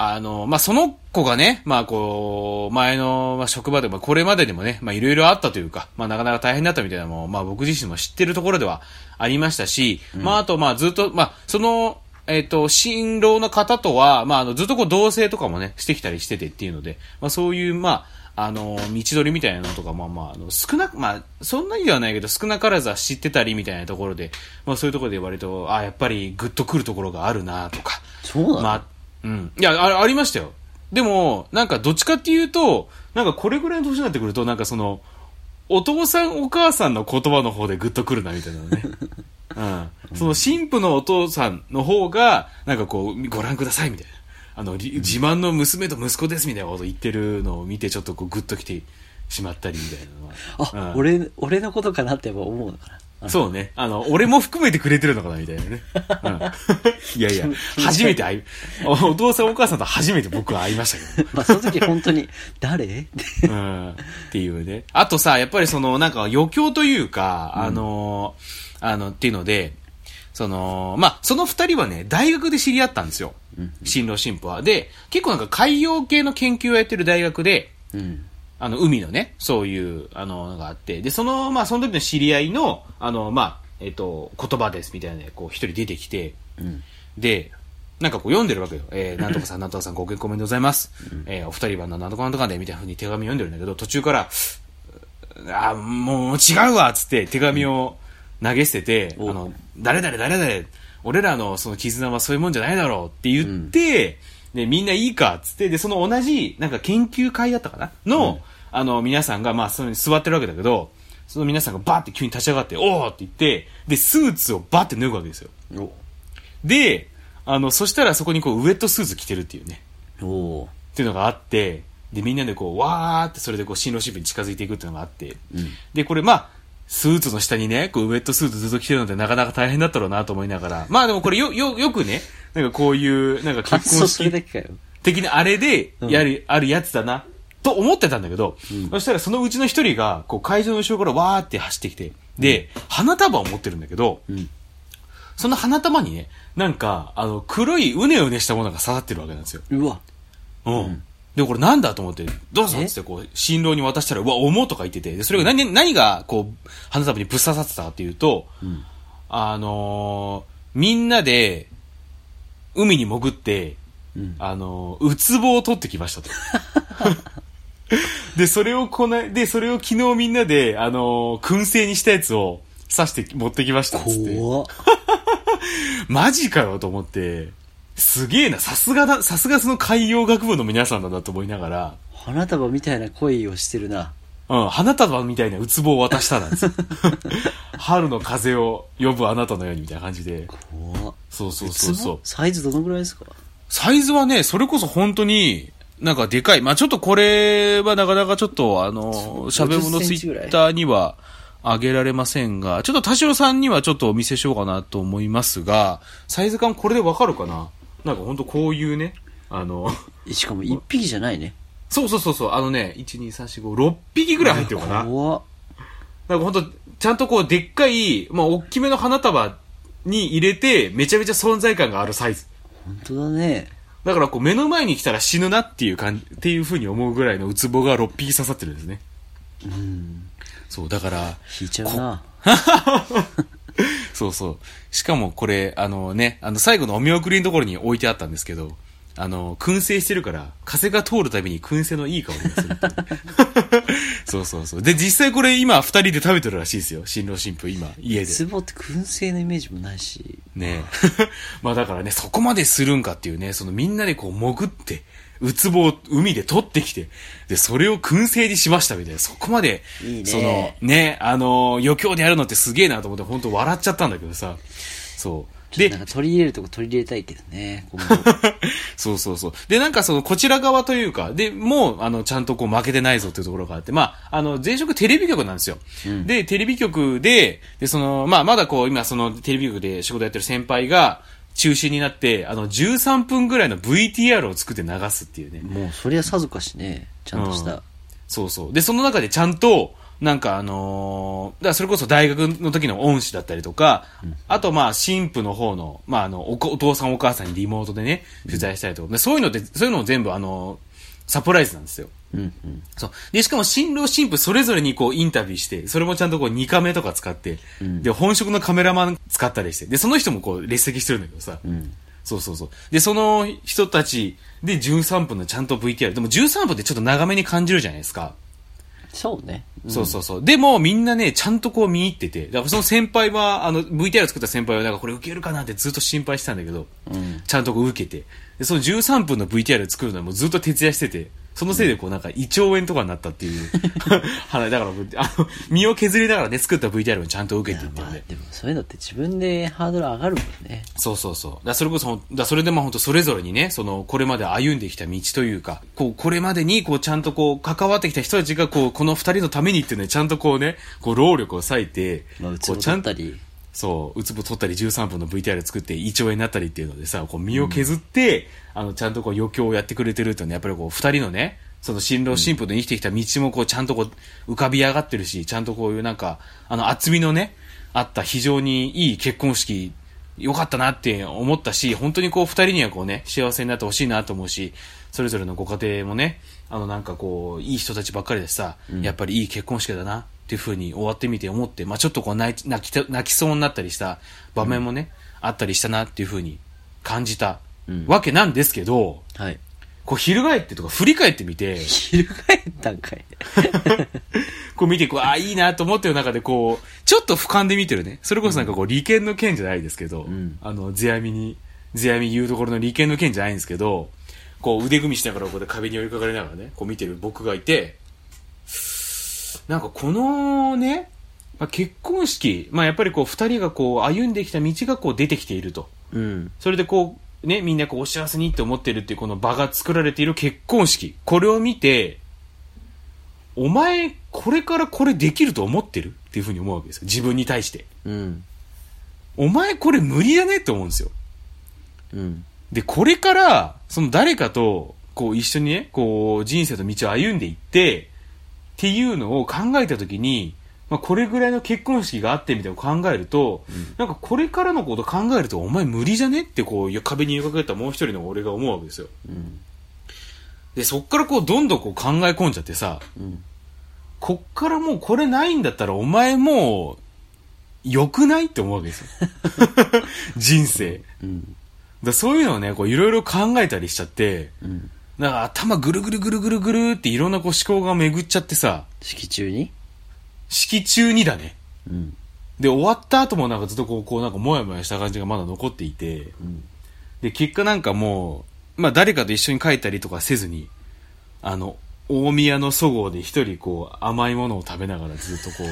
Speaker 2: あの、まあその子がね、まあこう、前の、まあ、職場でも、まあこれまでにもね、まあいろいろあったというか、まあなかなか大変だったみたいなのも、まあ僕自身も知ってるところではありましたし、まああとまあずっと、まあその、えっ、と、新郎の方とは、まあ、あの、ずっとこう、同棲とかもね、してきたりしててっていうので、まあ、そういう、まあ、あの、道取りみたいなのとか、まあまあ、あの、少なく、まあ、そんなにではないけど、少なからずは知ってたりみたいなところで、まあ、そういうところで割と、あやっぱり、グッとくるところがあるなとか、
Speaker 3: そうなの、
Speaker 2: まあ、うん。いや、あありましたよ。でも、なんかどっちかっていうと、なんかこれぐらいの年になってくると、なんかその、お父さんお母さんの言葉の方でグッとくるなみたいなのね。うん。その神父のお父さんの方が、なんかこう、ご覧くださいみたいな。あの、り自慢の娘と息子ですみたいなこと言ってるのを見て、ちょっとこうグッときてしまったりみたいなのは
Speaker 3: あ、
Speaker 2: うん
Speaker 3: 俺、俺のことかなってやっぱ思うのかな。 [laughs] あ
Speaker 2: そうね。あの、俺も含めてくれてるのかな、みたいなね。うんいやいや、初めて会い、おお父さんお母さんと初めて僕は会いましたけど。
Speaker 3: まあ、その時本当に、誰って。
Speaker 2: うんっていうね。あとさ、やっぱりその、なんか余興というか、あの、あの、っていうので、その、まあ、その二人はね、大学で知り合ったんですよ。新郎新婦は。で、結構なんか海洋系の研究をやってる大学で、
Speaker 3: うん。
Speaker 2: あの、海のね、そういう、あの、のがあって、で、その、まあ、その時の知り合いの、あの、まあ、えっと、言葉です、みたいなね、こう、一人出てきて、
Speaker 3: うん。
Speaker 2: で、なんかこう読んでるわけよ。え [laughs] ー、なんとかさん、なんとかさん、ご結婚おめでとうございます。えー、お二人はなんとかなんとかで、みたいな風に手紙読んでるんだけど、途中から、あー、もう違うわっつって手紙を投げ捨てて、
Speaker 3: うん
Speaker 2: あの、誰々誰々、俺らのその絆はそういうもんじゃないだろうって言って、で、みんないいかっつって、で、その同じ、なんか研究会だったかなの、あの、皆さんが、まあ、その座ってるわけだけど、その皆さんがバーって急に立ち上がって、おーって言って、で、スーツをバーって脱ぐわけですよ。
Speaker 3: お
Speaker 2: で、あの、そしたらそこにこう、ウェットスーツ着てるっていうね、
Speaker 3: おー
Speaker 2: っていうのがあって、で、みんなでこう、わーってそれでこう、新郎新婦に近づいていくっていうのがあって、で、これまあ、スーツの下にね、こう、ウェットスーツずっと着てるのでなかなか大変だったろうなと思いながら、まあでもこれよ、よ、よくね、なんかこういう、なんか
Speaker 3: 感
Speaker 2: 結
Speaker 3: 想
Speaker 2: 婚
Speaker 3: それだ
Speaker 2: 式
Speaker 3: けかよ。
Speaker 2: 的なあれで、
Speaker 3: うん
Speaker 2: やる、あるやつだな、と思ってたんだけど、そしたらそのうちの一人が、こう、会場の後ろからわーって走ってきて、で、花束を持ってるんだけど、
Speaker 3: うん。
Speaker 2: その花束にね、なんか、あの、黒いうねうねしたものが刺さってるわけなんですよ。
Speaker 3: うわ。
Speaker 2: うん。で、これなんだと思って、どうぞ
Speaker 3: え
Speaker 2: っつってこう、新郎に渡したら、うわ、重っとか言ってて、で、それが何、何が、こう、花束にぶっ刺さってたかっていうと、
Speaker 3: ん
Speaker 2: あのーみんなで、海に潜って、
Speaker 3: うん
Speaker 2: あのー、ウツボを取ってきましたと。 [laughs] で、それをこない、で、それを昨日みんなで、あのー燻製にしたやつを刺して持ってきましたっつって。
Speaker 3: 怖っ。
Speaker 2: マジかよと思って、すげえな、さすがだ、さすがその海洋学部の皆さんだなと思いながら、
Speaker 3: 花束みたいな恋をしてるな。
Speaker 2: うん、花束みたいなウツボを渡したなんですよ春の風を呼ぶあなたのようにみたいな感じで。
Speaker 3: 怖っ。
Speaker 2: そうそうそう
Speaker 3: ウツ
Speaker 2: そ
Speaker 3: ボ
Speaker 2: う。
Speaker 3: サイズどのぐらいですか
Speaker 2: サイズはね、それこそ本当に、なんかでかい。まあちょっとこれはなかなかちょっと、あの、
Speaker 3: そう
Speaker 2: 喋物
Speaker 3: 50
Speaker 2: ツ
Speaker 3: セ
Speaker 2: イ
Speaker 3: ンチぐらい
Speaker 2: ッターにはあげられませんが、ちょっと田代さんにはちょっとお見せしようかなと思いますが、サイズ感これでわかるかななんか本当こういうね、あの、 [laughs]
Speaker 3: しかも一匹じゃないね。
Speaker 2: そうそうそうそう、あのね、1、2、3、4、5、6匹ぐらい入ってるかな。
Speaker 3: 怖っ
Speaker 2: なんかほんと、ちゃんとこう、でっかい、まあ、大きめの花束に入れて、めちゃめちゃ存在感があるサイズ。
Speaker 3: 本当だね
Speaker 2: だからこう、目の前に来たら死ぬなっていう感じ、っていう風に思うぐらいのウツボが6匹刺さってるんですね。
Speaker 3: うん
Speaker 2: そう、だから、
Speaker 3: 引いちゃうな
Speaker 2: そうそう。しかもこれ、あのね、あの、最後のお見送りのところに置いてあったんですけど、あの、燻製してるから、風が通るたびに燻製のいい香りがするっていう。
Speaker 3: [laughs]
Speaker 2: そうそうそう。で、実際これ今二人で食べてるらしいですよ。新郎新婦今、家で。
Speaker 3: ツボって燻製のイメージもないし
Speaker 2: ね [laughs] まあだからね、そこまでするんかっていうね、そのみんなでこう潜って、ウツボを海で取ってきて、で、それを燻製にしましたみたいな、そこまで、
Speaker 3: いいね
Speaker 2: その、ね、あのー余興でやるのってすげえなと思って、本当笑っちゃったんだけどさ、そう。
Speaker 3: ちょっ
Speaker 2: で
Speaker 3: とな、んか取り入れるとこ取り入れたいけどね今 [laughs] 後
Speaker 2: [laughs] そうそうそう。で、なんかその、こちら側というか、で、もう、あの、ちゃんとこう、負けてないぞっていうところがあって、まあ、あの、前職テレビ局なんですよ。で、テレビ局で、で、その、まあ、まだこう、今、その、テレビ局で仕事やってる先輩が、中心になって、あの、13分ぐらいの VTR を作って流すっていうね。
Speaker 3: もうそりゃさぞかしねちゃんとした、
Speaker 2: うんそうそう。で、その中でちゃんと、なんかあのーだからそれこそ大学の時の恩師だったりとか、あとまあ、神父の方の、まああの、おこお父さんお母さんにリモートでね、取材したりとか、でそういうので、そういうのも全部あのーサプライズなんですよ。
Speaker 3: うんうん
Speaker 2: そう。で、しかも新郎新婦それぞれにこうインタビューして、それもちゃんとこう2カメとか使って、で、本職のカメラマン使ったりして、で、その人もこう列席してるんだけどさ、
Speaker 3: ん
Speaker 2: そうそうそう。で、その人たちで13分のちゃんと VTR、でも13分ってちょっと長めに感じるじゃないですか。
Speaker 3: そうね
Speaker 2: そうそうそう。でも、みんなね、ちゃんとこう見入ってて、だからその先輩は、あの、VTR 作った先輩は、なんかこれ受けるかなってずっと心配してたんだけど、ちゃんとこう受けて。で、その13分の VTR 作るのはもうずっと徹夜してて、そのせいでこうなんか胃腸炎とかになったっていう [laughs] 話、だから僕、あの、身を削りながらね、作った VTR もちゃんと受けてってい
Speaker 3: ま
Speaker 2: う
Speaker 3: あ
Speaker 2: ね。
Speaker 3: でもそういうのって自分でハードル上がるもんね
Speaker 2: そうそうそう。だからそれこそ、だからそれでまあ本当それぞれにね、その、これまで歩んできた道というか、こう、これまでに、こう、ちゃんとこう、関わってきた人たちが、こう、この二人のためにっていうね、ちゃんとこうね、こう、労力を割いて、
Speaker 3: まあうつ
Speaker 2: こ
Speaker 3: ぼ
Speaker 2: う、ちゃ
Speaker 3: 取
Speaker 2: ん
Speaker 3: ったり
Speaker 2: そう、うつぼ取ったり13分の VTR 作って、胃腸炎になったりっていうのでさ、こう、身を削って、あの、ちゃんとこう、余興をやってくれてるっていうのは、やっぱりこう、二人のね、その新郎新婦の生きてきた道もこう、ちゃんとこう、浮かび上がってるし、ちゃんとこういうなんか、あの、厚みのね、あった非常にいい結婚式良かったなって思ったし、本当にこう、二人にはこうね、幸せになってほしいなと思うし、それぞれのご家庭もね、あの、なんかこう、いい人たちばっかりでさ、やっぱりいい結婚式だな、っていう風に終わってみて思って、まあちょっとこう泣い、泣きた、泣きそうになったりした場面もね、あったりしたなっていう風に感じたわけなんですけど、
Speaker 3: はい
Speaker 2: こう、翻ってとか振り返ってみて、
Speaker 3: 翻ったんかい
Speaker 2: こう見て、こう、ああ、いいなと思ってる中で、こう、ちょっと俯瞰で見てるね。それこそなんかこう、利権の件じゃないですけど、
Speaker 3: ん
Speaker 2: あの、世阿弥に、世阿弥言うところの利権の件じゃないんですけど、こう、腕組みしながら、こうやって壁に寄りかかりながらね、こう見てる僕がいて、なんかこのね、まあ、結婚式、まあやっぱりこう、二人がこう、歩んできた道がこう、出てきていると。
Speaker 3: うん
Speaker 2: それでこう、ね、みんなこうお幸せにって思ってるっていうこの場が作られている結婚式。これを見て、お前、これからこれできると思ってるっていうふうに思うわけですよ。自分に対して。
Speaker 3: うん
Speaker 2: お前、これ無理だねって思うんですよ。
Speaker 3: うん
Speaker 2: で、これから、その誰かと、こう一緒にね、こう人生の道を歩んでいって、っていうのを考えたときに、まあこれぐらいの結婚式があってみたいなのを考えると、なんかこれからのことを考えると、お前無理じゃねってこういや壁に揺りかけたもう一人の俺が思うわけですよ。
Speaker 3: うん
Speaker 2: で、そっからこうどんどんこう考え込んじゃってさ、
Speaker 3: うん
Speaker 2: こっからもうこれないんだったらお前もう、良くないって思うわけですよ。人生。
Speaker 3: うん
Speaker 2: だそういうのをね、こういろいろ考えたりしちゃって、
Speaker 3: うん
Speaker 2: なんか頭ぐるぐるぐるぐるぐるっていろんなこう思考が巡っちゃってさ、
Speaker 3: 式中に
Speaker 2: 式中にだね。
Speaker 3: うん
Speaker 2: で、終わった後もなんかずっとこう、こうなんかもやもやした感じがまだ残っていて、
Speaker 3: ん
Speaker 2: で、結果なんかもう、まあ誰かと一緒に帰ったりとかせずに、あの、大宮のそごうで一人こう甘いものを食べながらずっとこ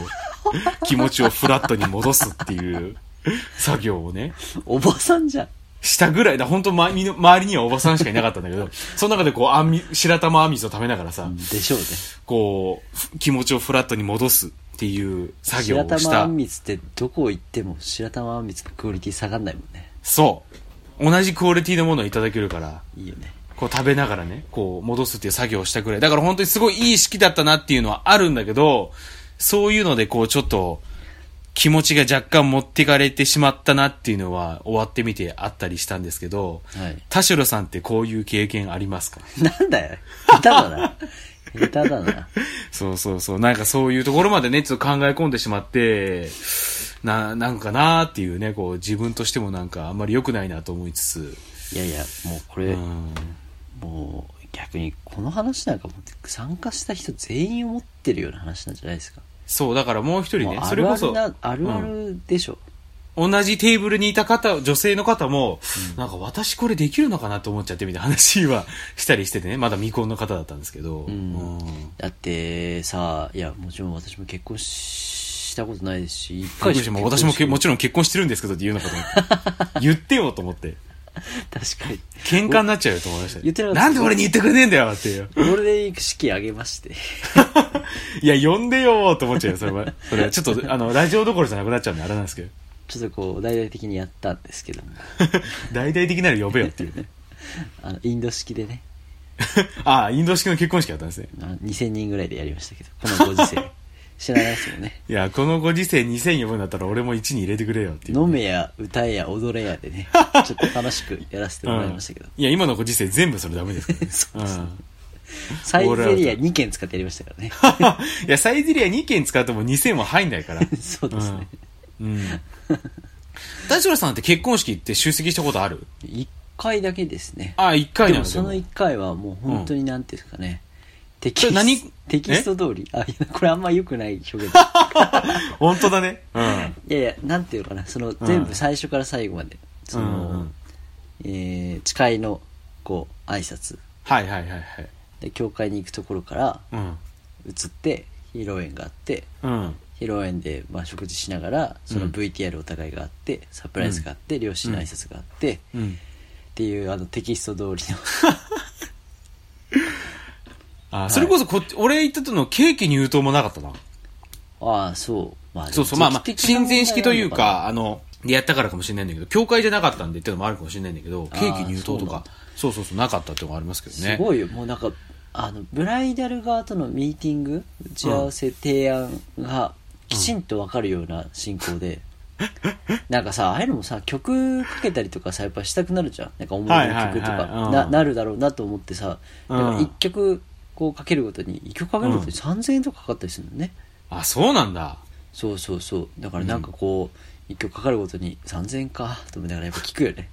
Speaker 2: う、気持ちをフラットに戻すっていう作業をね、
Speaker 3: おばさんじゃん
Speaker 2: したぐらいだ、本当ま、みの周りにはおばさんしかいなかったんだけど、その中でこう、あんみ、白玉あんみつを食べながらさ、
Speaker 3: でしょうね
Speaker 2: こうふ、気持ちをフラットに戻すっていう作業
Speaker 3: 白
Speaker 2: をし
Speaker 3: 玉あ
Speaker 2: た
Speaker 3: ん。みつってどこ行っても白玉あんみつのクオリティ下がんないもんね
Speaker 2: そう。同じクオリティのものをいただけるから、
Speaker 3: いいよね
Speaker 2: こう食べながらね、こう戻すっていう作業をしたぐらい。だから本当にすごいいい式だったなっていうのはあるんだけど、そういうのでこうちょっと気持ちが若干持ってかれてしまったなっていうのは終わってみてあったりしたんですけど、
Speaker 3: はい
Speaker 2: 田代さんってこういう経験ありますか
Speaker 3: [laughs] なんだよ。下手だな。下手だな。
Speaker 2: そうそうそう。なんかそういうところまでね、ちょっと考え込んでしまって、な、なんかなーっていうね、こう自分としてもなんかあんまり良くないなと思いつつ、
Speaker 3: いやいや、もうこれ、
Speaker 2: うん
Speaker 3: もう逆にこの話なんかもう参加した人全員思ってるような話なんじゃないですか。
Speaker 2: そう、だからもう一人
Speaker 3: もう
Speaker 2: ね、
Speaker 3: あ
Speaker 2: それ
Speaker 3: るあ
Speaker 2: こ
Speaker 3: る
Speaker 2: そ、
Speaker 3: な、あるあるでしょ。
Speaker 2: 同じテーブルにいた方、女性の方も、なんか私これできるのかなと思っちゃってみたいな話はしたりしててね、まだ未婚の方だったんですけど、
Speaker 3: ん
Speaker 2: うん
Speaker 3: だってさ、いや、もちろん私も結婚ししたことないですし、一
Speaker 2: びっく
Speaker 3: 回
Speaker 2: りし
Speaker 3: しか
Speaker 2: ました私もけも
Speaker 3: ち
Speaker 2: ちろん結婚してるんですけどって言うのかと思って。言ってよと思って。
Speaker 3: 確かに。
Speaker 2: 喧嘩になっちゃうよと思いまし
Speaker 3: [laughs]
Speaker 2: た。
Speaker 3: 言ってなかった
Speaker 2: なんで俺に言ってくれねえんだよっていう。
Speaker 3: ゴールデンウィーク式あげまして。
Speaker 2: いや、呼んでよと思っちゃうよ、そ
Speaker 3: [laughs]
Speaker 2: れは。それはちょっと、あの、ラジオどころじゃなくなっちゃうんで、あれなんですけど。
Speaker 3: ちょっとこう、大々的にやったんですけども。
Speaker 2: 大々的なら呼べよっていうね。
Speaker 3: あの、インド式でね、
Speaker 2: ああ、インド式の結婚式だったんですね。
Speaker 3: あの2000人ぐらいでやりましたけど、このご時
Speaker 2: [laughs]
Speaker 3: 世。知らないですよね。
Speaker 2: いや、このご時世2004分だったら俺も1に入れてくれよっていう。
Speaker 3: 飲めや歌えや踊れやでねちょっと楽しくやらせてもらいましたけど、
Speaker 2: うんいや今のご時世全部それダメですからね
Speaker 3: そうですね
Speaker 2: ん
Speaker 3: サイゼリア2軒使ってやりました
Speaker 2: [laughs]
Speaker 3: からね
Speaker 2: いやサイゼリア2件使っても2000は入んないから
Speaker 3: そうですね、
Speaker 2: うん、うん、田代さんって結婚式って出席したことある
Speaker 3: 1回だけですね
Speaker 2: あ一1回
Speaker 3: で
Speaker 2: な
Speaker 3: も
Speaker 2: の
Speaker 3: その1回はもう本当になんていうんですかね、テキ
Speaker 2: それ何
Speaker 3: ステキスト通りあいやこれあんま良くない表現
Speaker 2: 本当だねうん
Speaker 3: いやいやなんていうのかなその全部最初から最後までその、
Speaker 2: うんうん
Speaker 3: えー誓いのこう挨拶
Speaker 2: はいはいはいはい
Speaker 3: で教会に行くところから
Speaker 2: うん
Speaker 3: 移って披露宴があって
Speaker 2: うん
Speaker 3: 披露宴でまあ食事しながらその VTR お互いがあって、サプライズがあって両親の挨拶があって、っ
Speaker 2: うん
Speaker 3: ていうあのテキスト通りの
Speaker 2: [laughs] あそれこそこっち俺行ったとのケーキ入刀もなかったな
Speaker 3: ああそうまあ
Speaker 2: そうそう、まあまあ、親善式という
Speaker 3: あ
Speaker 2: か、あの、でやったからかもしれないんだけど、教会じゃなかったんでっていうのもあるかもしれないんだけど、
Speaker 3: あー
Speaker 2: ケーキ入
Speaker 3: そう
Speaker 2: 刀と
Speaker 3: なん
Speaker 2: か
Speaker 3: だ、
Speaker 2: そうそうそう、なかったっていうのがありますけどね。
Speaker 3: すごいよもうなんかあのブライダル側とのミーティング打ち合わせ、提案がきちんと分かるような進行で、なんかさああいうのもさ曲かけたりとかさやっぱしたくなるじゃんなんか思い出の曲とか、
Speaker 2: はいはいはいうん
Speaker 3: ななるだろうなと思ってさ、
Speaker 2: うん
Speaker 3: なんか1曲こうかけるごとに1曲かけるごとに3000円とかかかったりするのね、
Speaker 2: あ、そうなんだ。
Speaker 3: そうそうそうだからなんかこう、1曲かかるごとに3000円かと思いながらやっぱ聞くよね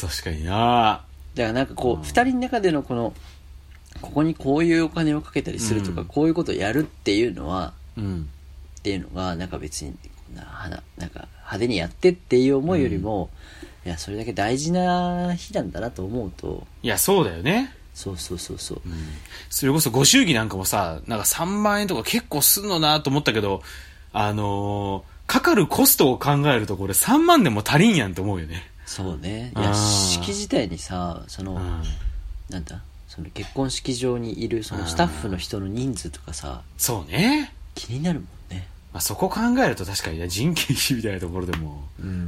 Speaker 2: 確かにな
Speaker 3: だからなんかこう、
Speaker 2: うん
Speaker 3: 2人の中でのこのここにこういうお金をかけたりするとか、
Speaker 2: うん
Speaker 3: こういうことをやるっていうのは
Speaker 2: うん。
Speaker 3: っていうのがなんか別にこんなはななんか派手にやってっていう思いよりも、いやそれだけ大事な日なんだなと思うと
Speaker 2: いや、そうだよね。
Speaker 3: そうそうそうそう、
Speaker 2: それこそご祝儀なんかもさ、なんか3万円とか結構すんのなと思ったけど、あのーかかるコストを考えるとこれ3万でも足りんやんって思うよね。
Speaker 3: そうねい
Speaker 2: あ
Speaker 3: や
Speaker 2: ー
Speaker 3: 式自体にさその、
Speaker 2: うん。
Speaker 3: なんだその結婚式場にいるそのスタッフの人の人数とかさ
Speaker 2: そうね。
Speaker 3: 気になるもんね
Speaker 2: まあ、そこ考えると確かにね人件費みたいなところでも、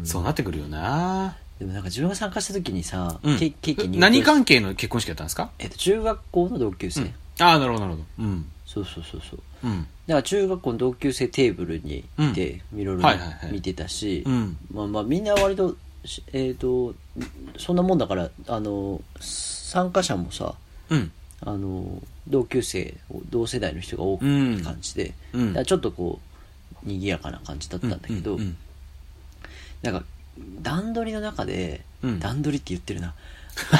Speaker 2: そうなってくるよな
Speaker 3: でもなんか自分が参加した時にさ、
Speaker 2: うん
Speaker 3: ケケーキに
Speaker 2: 何関係の結婚式だったんですか
Speaker 3: えっと、中学校の同級生、
Speaker 2: ああなるほどなるほどうん
Speaker 3: そうそうそうそう
Speaker 2: うん
Speaker 3: だから中学校の同級生テーブルにいて、いろいろ
Speaker 2: はいはいはい
Speaker 3: 見てたし、
Speaker 2: うん
Speaker 3: まあまあみんな割としえっ、とそんなもんだからあの参加者もさ
Speaker 2: うん
Speaker 3: あの同級生同世代の人が多く
Speaker 2: うん
Speaker 3: 感じで、
Speaker 2: うん
Speaker 3: だからちょっとこう賑やかな感じだったんだけど、
Speaker 2: うん
Speaker 3: なんか段取りの中で、
Speaker 2: うん
Speaker 3: 段取りって言ってるな [laughs]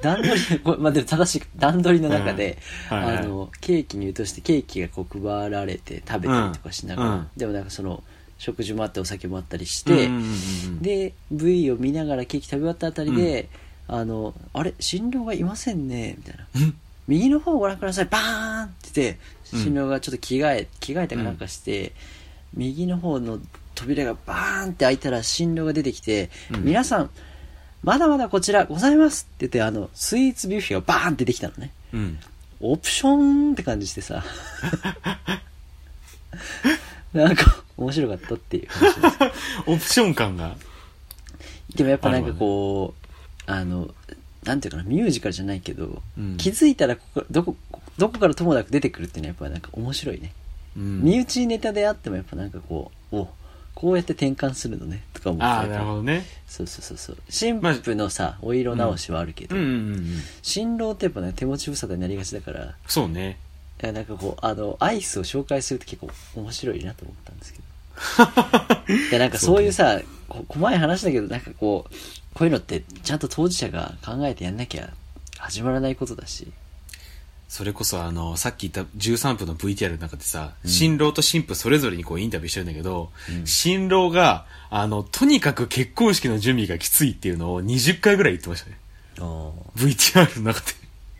Speaker 3: 段取りこれ、まあ、でも正しい段取りの中で、
Speaker 2: うんはいはい
Speaker 3: あのケーキ入刀してケーキがこう配られて食べたりとかしながら、
Speaker 2: うんうん
Speaker 3: でもなんかその食事もあってお酒もあったりし
Speaker 2: うん
Speaker 3: て、
Speaker 2: うんうんうん
Speaker 3: で V を見ながらケーキ食べ終わったあたりで、あのあれ新郎がいませんねみたいな
Speaker 2: うん
Speaker 3: 右の方をご覧くださいバーンって言って
Speaker 2: うん
Speaker 3: 新郎がちょっと着替え着替えたかなんかして、右の方の扉がバーンって開いたら新郎が出てきて、皆さんまだまだこちらございますって言ってあのスイーツビュッフェがバーンって出てきたのね
Speaker 2: うん
Speaker 3: オプションって感じして
Speaker 2: [laughs]
Speaker 3: さなんか面白かったっていう話です
Speaker 2: オプション感が
Speaker 3: でもやっぱなんかこうあのなんていうかなミュージカルじゃないけど、
Speaker 2: うん
Speaker 3: 気づいたらここどこどこからともなく出てくるっていうのはやっぱなんか面白いね、
Speaker 2: うん
Speaker 3: 身内ネタであってもやっぱなんかこうおこうやって転換するのねとか思って
Speaker 2: ああ、なるほどね。
Speaker 3: そうそうそうそう新婦のさ、お色直しはあるけ
Speaker 2: う
Speaker 3: ど、
Speaker 2: んうんうん。
Speaker 3: 新郎ってやっぱね手持ち無沙汰になりがちだから
Speaker 2: そうね。
Speaker 3: いやなんかこうあのアイスを紹介するって結構面白いなと思ったんですけど [laughs] いやなんかそういうさこ怖い話だけどなんかこうこういうのってちゃんと当事者が考えてやんなきゃ始まらないことだし
Speaker 2: それこそあの、さっき言った13分の VTR の中でさ、新郎と新婦それぞれにこうインタビューしてるんだけど、新郎が、あの、とにかく結婚式の準備がきついっていうのを20回ぐらい言ってましたね。
Speaker 3: あ
Speaker 2: VTR の中で。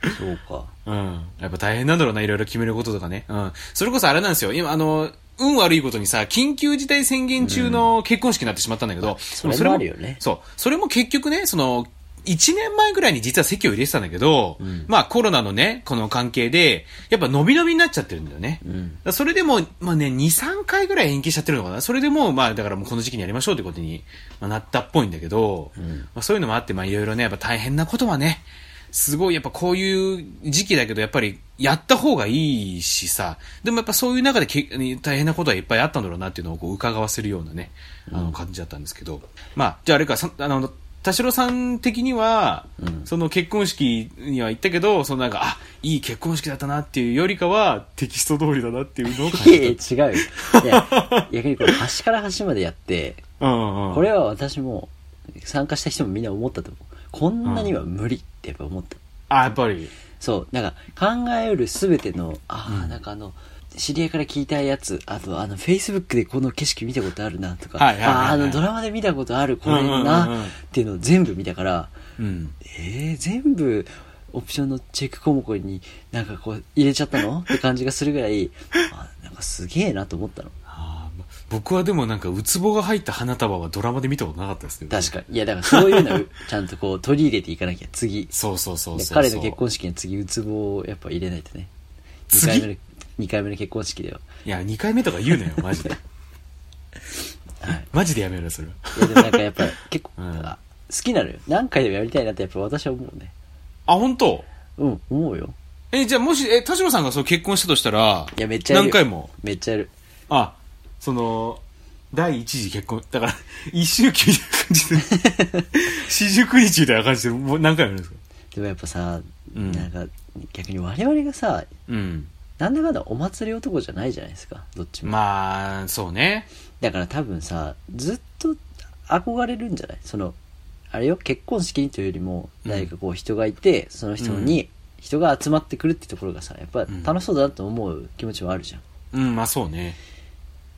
Speaker 3: あそうか
Speaker 2: うん。やっぱ大変なんだろうな、いろいろ決めることとかね。うん。それこそあれなんですよ。今、あの、運悪いことにさ、緊急事態宣言中の結婚式になってしまったんだけど、
Speaker 3: それもあるよね
Speaker 2: そう。それも結局ね、その、1年前ぐらいに実は席を入れてたんだけど、まあコロナのね、この関係で、やっぱ伸び伸びになっちゃってるんだよね。
Speaker 3: うん
Speaker 2: それでも、まあね、2、3回ぐらい延期しちゃってるのかな。それでもう、まあだからもうこの時期にやりましょうってことにまあなったっぽいんだけど、まあそういうのもあって、まあいろいろね、やっぱ大変なことはね、すごいやっぱこういう時期だけど、やっぱりやった方がいいしさ、でもやっぱそういう中でけ大変なことはいっぱいあったんだろうなっていうのをこう伺わせるようなね、あの感じだったんですけど、まあじゃああれか、さあの、田代さん的には、
Speaker 3: [laughs]
Speaker 2: その結婚式には行ったけど、そのなんか、あ、いい結婚式だったなっていうよりかは、テキスト通りだなっていうのを感
Speaker 3: いや
Speaker 2: じた。
Speaker 3: いや違うよいや逆にこれ端から端までやって
Speaker 2: うんうん。
Speaker 3: これは私も参加した人もみんな思ったと思うこんなには無理ってやっぱ思った
Speaker 2: あ、やっぱり。
Speaker 3: そう、なんか考えうるすべての、ああ、なんかあの、知り合いから聞いたやつ、あとあの、Facebook でこの景色見たことあるなとか、
Speaker 2: はいはいはいはい
Speaker 3: ああ、あのドラマで見たことあるこれ
Speaker 2: うんうんうんうん
Speaker 3: な、っていうのを全部見たから、
Speaker 2: うん。
Speaker 3: えー、全部、オプションのチェック項目になんかこう入れちゃった
Speaker 2: [laughs]
Speaker 3: のって感じがするぐらい、あなんかすげえなと思ったの。
Speaker 2: あーま僕はでもなんか、ウツボが入った花束はドラマで見たことなかったですけど。
Speaker 3: 確かに。いや、だからそういう
Speaker 2: [laughs]
Speaker 3: のをちゃんとこう取り入れていかなきゃ、次。
Speaker 2: そうそうそう
Speaker 3: で
Speaker 2: そう。
Speaker 3: 彼の結婚式に次、ウツボをやっぱ入れないとね。2回目の
Speaker 2: 次、
Speaker 3: 二回目の結婚式では。
Speaker 2: いや、2回目とか言うなよ、マジで。 [laughs]
Speaker 3: はい
Speaker 2: マジでやめろよ、それ
Speaker 3: [laughs]
Speaker 2: は。
Speaker 3: いやでもなんかやっぱ結構、
Speaker 2: [laughs] うん
Speaker 3: 好きなのよ何回でもやりたいなってやっぱ私は思うね
Speaker 2: あ、本当
Speaker 3: うん思うよ
Speaker 2: え、じゃあもし、え、田代さんがそう結婚したとしたら、
Speaker 3: いやめっちゃやる
Speaker 2: 何
Speaker 3: よ
Speaker 2: 回も。
Speaker 3: めっちゃやる
Speaker 2: あ、その、第一次結婚、だから、 [laughs] 一周期みたいな感じで、四十九日みたいな感じで、もう何回もやるんですか
Speaker 3: でもやっぱさ、
Speaker 2: うん
Speaker 3: なんか逆に我々がさ
Speaker 2: うん。
Speaker 3: なんだかんだお祭り男じゃないじゃないですかどっちも、
Speaker 2: まあ、そうね。
Speaker 3: だから多分さずっと憧れるんじゃないそのあれよ結婚式にというよりも
Speaker 2: うん
Speaker 3: 誰かこう人がいて、その人に人が集まってくるってところがさやっぱ楽しそうだなと思う気持ちはあるじゃん
Speaker 2: うん、まあそうね。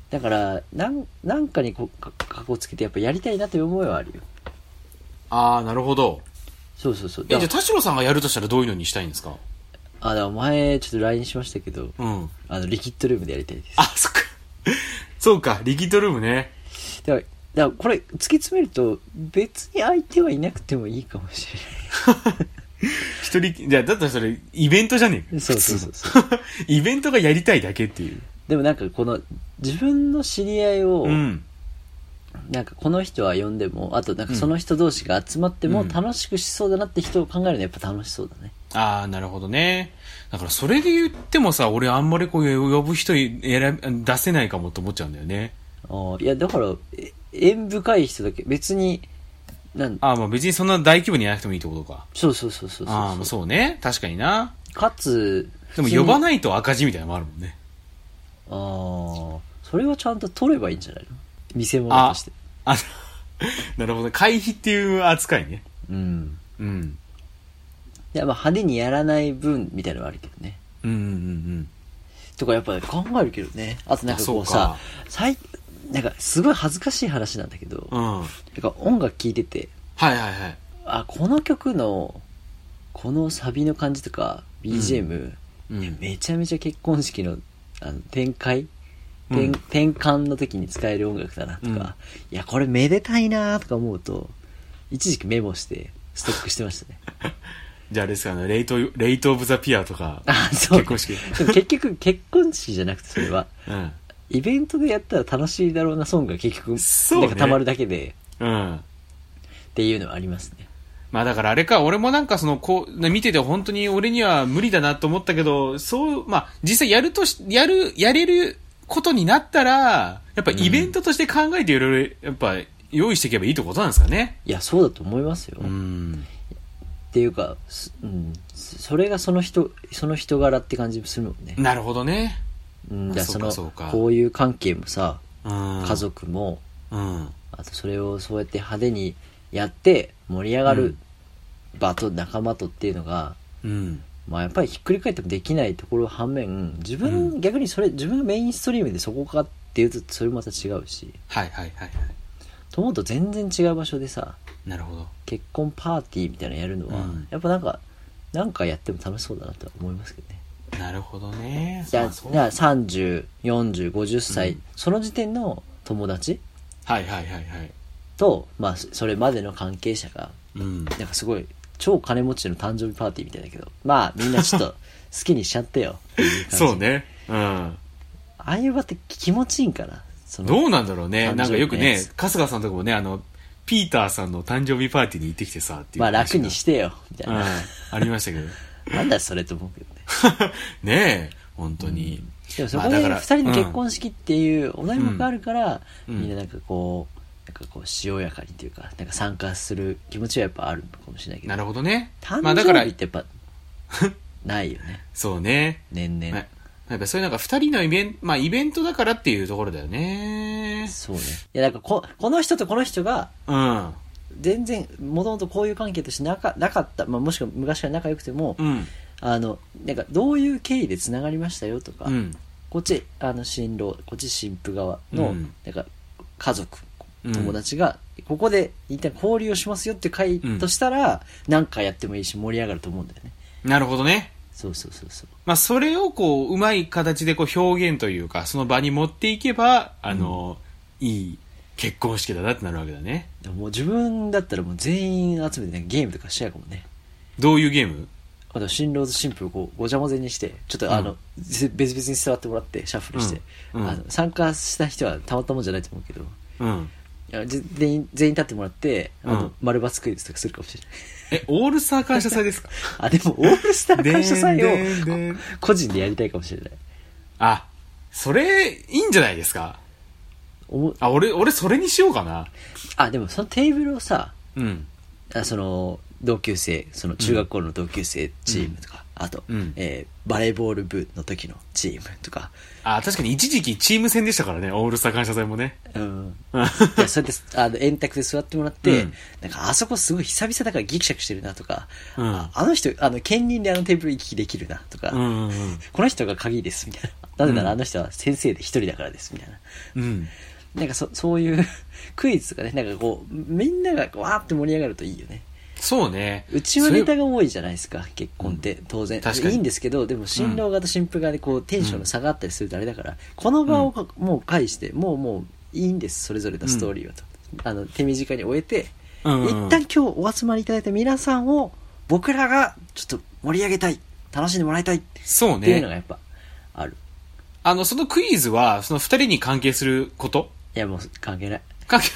Speaker 3: だからなんなんかにこうかかこつけてやっぱやりたいなという思いはあるよ
Speaker 2: ああ、なるほど。
Speaker 3: そうそうそう。
Speaker 2: え、
Speaker 3: だ
Speaker 2: じゃあ田代さんがやるとしたらどういうのにしたいんですか
Speaker 3: あ、だから前、ちょっと LINE しましたけど、
Speaker 2: うん。
Speaker 3: あの、リキッドルームでやりたいです。
Speaker 2: あ、そっか。そうか、リキッドルームね。
Speaker 3: だから、だからこれ、突き詰めると、別に相手はいなくてもいいかもし
Speaker 2: 一人き、じゃあ、だったらそれ、イベントじゃね
Speaker 3: れ
Speaker 2: え [laughs]
Speaker 3: ない。そうそうそう
Speaker 2: 普
Speaker 3: そう。
Speaker 2: 通のイベントがやりたいだけっていう。
Speaker 3: でもなんかこの、自分の知り合いを、
Speaker 2: うん。
Speaker 3: なんかこの人は呼んでも、あとなんかその人同士が集まっても
Speaker 2: うん
Speaker 3: 楽しくしそうだなって人を考えるのやっぱ楽しそうだね。
Speaker 2: ああ、なるほどね。だからそれで言ってもさ、俺あんまりこう呼ぶ人選び出せないかもと思っちゃうんだよね。
Speaker 3: あーいや、だから、え縁深い人だけ、別に、なん
Speaker 2: ああ、まあ別にそんな大規模にやらなくてもいいってことか。
Speaker 3: そうそうそうそう
Speaker 2: あ
Speaker 3: そ
Speaker 2: あ、ま
Speaker 3: う
Speaker 2: あ。そうね。確かにな。
Speaker 3: かつ、
Speaker 2: でも呼ば
Speaker 3: ない。
Speaker 2: ないと赤字みたいなのもあるもんね。
Speaker 3: ああそれはちゃんと取ればいいんじゃないの見せ物として
Speaker 2: あ、 [laughs] なるほどね。会費っていう扱いね。
Speaker 3: うん
Speaker 2: うん。
Speaker 3: いやまあ派手にやらない分みたいなのはあるけどね
Speaker 2: うんうんうん
Speaker 3: とかやっぱ考えるけどねあとなんかこう
Speaker 2: あ
Speaker 3: さ最なんかすごい恥ずかしい話なんだけど、
Speaker 2: うん。うん。はい
Speaker 3: なんか音楽聴いてて
Speaker 2: はいはい。
Speaker 3: あこの曲のこのサビの感じとか BGM、
Speaker 2: うん
Speaker 3: いやめちゃめちゃ結婚式のあの展開
Speaker 2: う
Speaker 3: 転
Speaker 2: ん
Speaker 3: 転換の時に使える音楽だなとか、
Speaker 2: うん
Speaker 3: いやこれめでたいなとか思うと一時期メモしてストックしてま
Speaker 2: [laughs]
Speaker 3: したね
Speaker 2: じゃああれですかね、レイト、レイトオブザピア
Speaker 3: [laughs]
Speaker 2: とか。
Speaker 3: あそう
Speaker 2: 結婚式
Speaker 3: でも結局結婚式じゃなくてそれは
Speaker 2: うん。
Speaker 3: イベントでやったら楽しいだろうなソングが結局
Speaker 2: そうね
Speaker 3: なんかたまるだけで
Speaker 2: うん。
Speaker 3: っていうのはありますね
Speaker 2: まあだからあれか、俺もなんかその、こう、ね見てて本当に俺には無理だなと思ったけど、そう、まあ実際やるとし、やる、やれることになったら、やっぱイベントとして考えていろいろ、やっぱ用意していけばいいってことなんですかね。
Speaker 3: いやそうだと思いますよ、
Speaker 2: う
Speaker 3: っ
Speaker 2: ん。
Speaker 3: ていうか、すうん、それがその人その人柄って感じするもんね、
Speaker 2: なるほどね。
Speaker 3: うん、だからその
Speaker 2: そうかそうか
Speaker 3: こういう関係もさ
Speaker 2: うん。
Speaker 3: 家。族も、
Speaker 2: うん。
Speaker 3: あとそれをそうやって派手にやって盛り上がる場と仲間とっていうのが、
Speaker 2: うん。
Speaker 3: まあやっぱりひっくり返ってもできないところ反面自分、
Speaker 2: う
Speaker 3: 逆にそれ自分がメインストリームでそこかっていうとそれもまた違うし
Speaker 2: はいはいはいはい。
Speaker 3: と思うと全然違う場所でさ
Speaker 2: なるほど。
Speaker 3: 結婚パーティーみたいなのやるのは、
Speaker 2: うん
Speaker 3: やっぱなんかなんかやっても楽しそうだなとは思いますけどね
Speaker 2: なるほどね。
Speaker 3: じゃあ
Speaker 2: まあそうはい
Speaker 3: 304050歳、
Speaker 2: うん
Speaker 3: その時点の友達
Speaker 2: はいはいはい。
Speaker 3: と、まあ、それまでの関係者が
Speaker 2: うん。
Speaker 3: なんかすごい超金持ちの誕生日パーティーみたいだけどまあみんなち
Speaker 2: [laughs]
Speaker 3: ょっと好きにしちゃってよっていう感じ
Speaker 2: そうね。うん。
Speaker 3: ああいう場って気持ちいいんかなその
Speaker 2: どうなんだろう
Speaker 3: 誕生日
Speaker 2: ね。
Speaker 3: の
Speaker 2: なんかよく
Speaker 3: や
Speaker 2: ね
Speaker 3: つ、
Speaker 2: 春日さんとかもね、あの、ピーターさんの誕生日パーティーに行ってきてさ、っていう
Speaker 3: まあ
Speaker 2: 話が。
Speaker 3: 楽にしてよみたい
Speaker 2: うん。
Speaker 3: な、
Speaker 2: ありましたけ
Speaker 3: [laughs]
Speaker 2: ど。
Speaker 3: なんだそれと思うけどね
Speaker 2: ねえ、本当に。
Speaker 3: でもそこ
Speaker 2: まあ
Speaker 3: で
Speaker 2: だから
Speaker 3: 2人の結婚式っていうお題目があるから、
Speaker 2: うん
Speaker 3: みんななんかこうなんかこうしおやかにというかなんか参加する気持ちはやっぱあるのかもしれないけど
Speaker 2: なるほどね。まあ
Speaker 3: 誕
Speaker 2: だから
Speaker 3: 生日っ、てやっ
Speaker 2: [laughs]
Speaker 3: ぱないよね
Speaker 2: そうね。
Speaker 3: 年々、
Speaker 2: まあやっぱそういうなんか二人のイベント、まあイベントだからっていうところだよね。 [laughs]
Speaker 3: そうねいやなんかここの人とこの人が
Speaker 2: うん。
Speaker 3: 全然もともとこういう関係としてなかなかった、まあ、もしくは昔から仲良くても、
Speaker 2: うん。
Speaker 3: あのなんかどういう経緯でつながりましたよとか、
Speaker 2: うん。
Speaker 3: こっちあの新郎こっち新婦側の、
Speaker 2: うん
Speaker 3: なんか家族
Speaker 2: うん
Speaker 3: 友達が、ここで一旦交流をしますよって会
Speaker 2: うん
Speaker 3: としたら、なんかやってもいいし盛り上がると思うんだよね
Speaker 2: なるほどね。
Speaker 3: そうそうそうそう
Speaker 2: まあ、それをこう、うまい形でこう表現というか、その場に持っていけば、あの、いい結婚式だなってなるわけだね。
Speaker 3: でももう自分だったらもう全員集めて、ね、ゲームとかしちゃうかもね
Speaker 2: どういうゲーム
Speaker 3: あと新郎と新婦をこうごちゃ混ぜにしてちょっとあの、別々に座ってもらってシャッフルして、
Speaker 2: うんうん
Speaker 3: あの参加した人はたまったもんじゃないと思うけどい
Speaker 2: うん。
Speaker 3: やぜ全員全員立ってもらってあの、
Speaker 2: うん
Speaker 3: 丸バツクイズとかするかもしれない [laughs]
Speaker 2: え、オールスター感謝祭ですか
Speaker 3: あでもオールスター [laughs] 感謝祭を
Speaker 2: でんでんでん
Speaker 3: こ個人でやりたいかもしれない
Speaker 2: あ、それ、いいんじゃないですか
Speaker 3: おも
Speaker 2: あ、俺、俺、それにしようかな。
Speaker 3: あでもそのテーブルをさ
Speaker 2: うん。
Speaker 3: あその同級生その中学校の同級生チームとか、あと、
Speaker 2: うん
Speaker 3: えーバレーボール部の時のチームとか、
Speaker 2: あ、確かに一時期チーム戦でしたからね、オールスター感謝祭もね。
Speaker 3: うん、
Speaker 2: うん
Speaker 3: いやそうやってあの円卓で座ってもらって、
Speaker 2: うん
Speaker 3: なんかあそこすごい久々だからギクシャクしてるなとか、
Speaker 2: うん
Speaker 3: ああの人あの兼任であのテーブル行き来できるなとか、
Speaker 2: うんうん
Speaker 3: この人が鍵ですみたいななぜなら
Speaker 2: う
Speaker 3: あ
Speaker 2: ん
Speaker 3: の人は先生で一人だからですみたいな、
Speaker 2: うん。うん。
Speaker 3: なんかそそういう [laughs] クイズとかねなんかこうみんながこうわーって盛り上がるといいよね
Speaker 2: そうね。
Speaker 3: うちはネ
Speaker 2: そ
Speaker 3: タが多いじゃないですか結婚って、当然
Speaker 2: 確かに
Speaker 3: いいんですけどでも新郎側と新婦側でこうテンションの差があったりするとあれだから、この場をかもう介してもうもういいんですそれぞれのストーリーをと、あの手短に終えて、
Speaker 2: うんうん
Speaker 3: 一旦今日お集まりいただいた皆さんを僕らがちょっと盛り上げたい楽しんでもらいたいっ
Speaker 2: そう
Speaker 3: ていうの
Speaker 2: ね。
Speaker 3: がやっぱある、
Speaker 2: あの、そのクイズは、その二人に関係すること
Speaker 3: いやもう関係ない
Speaker 2: 関係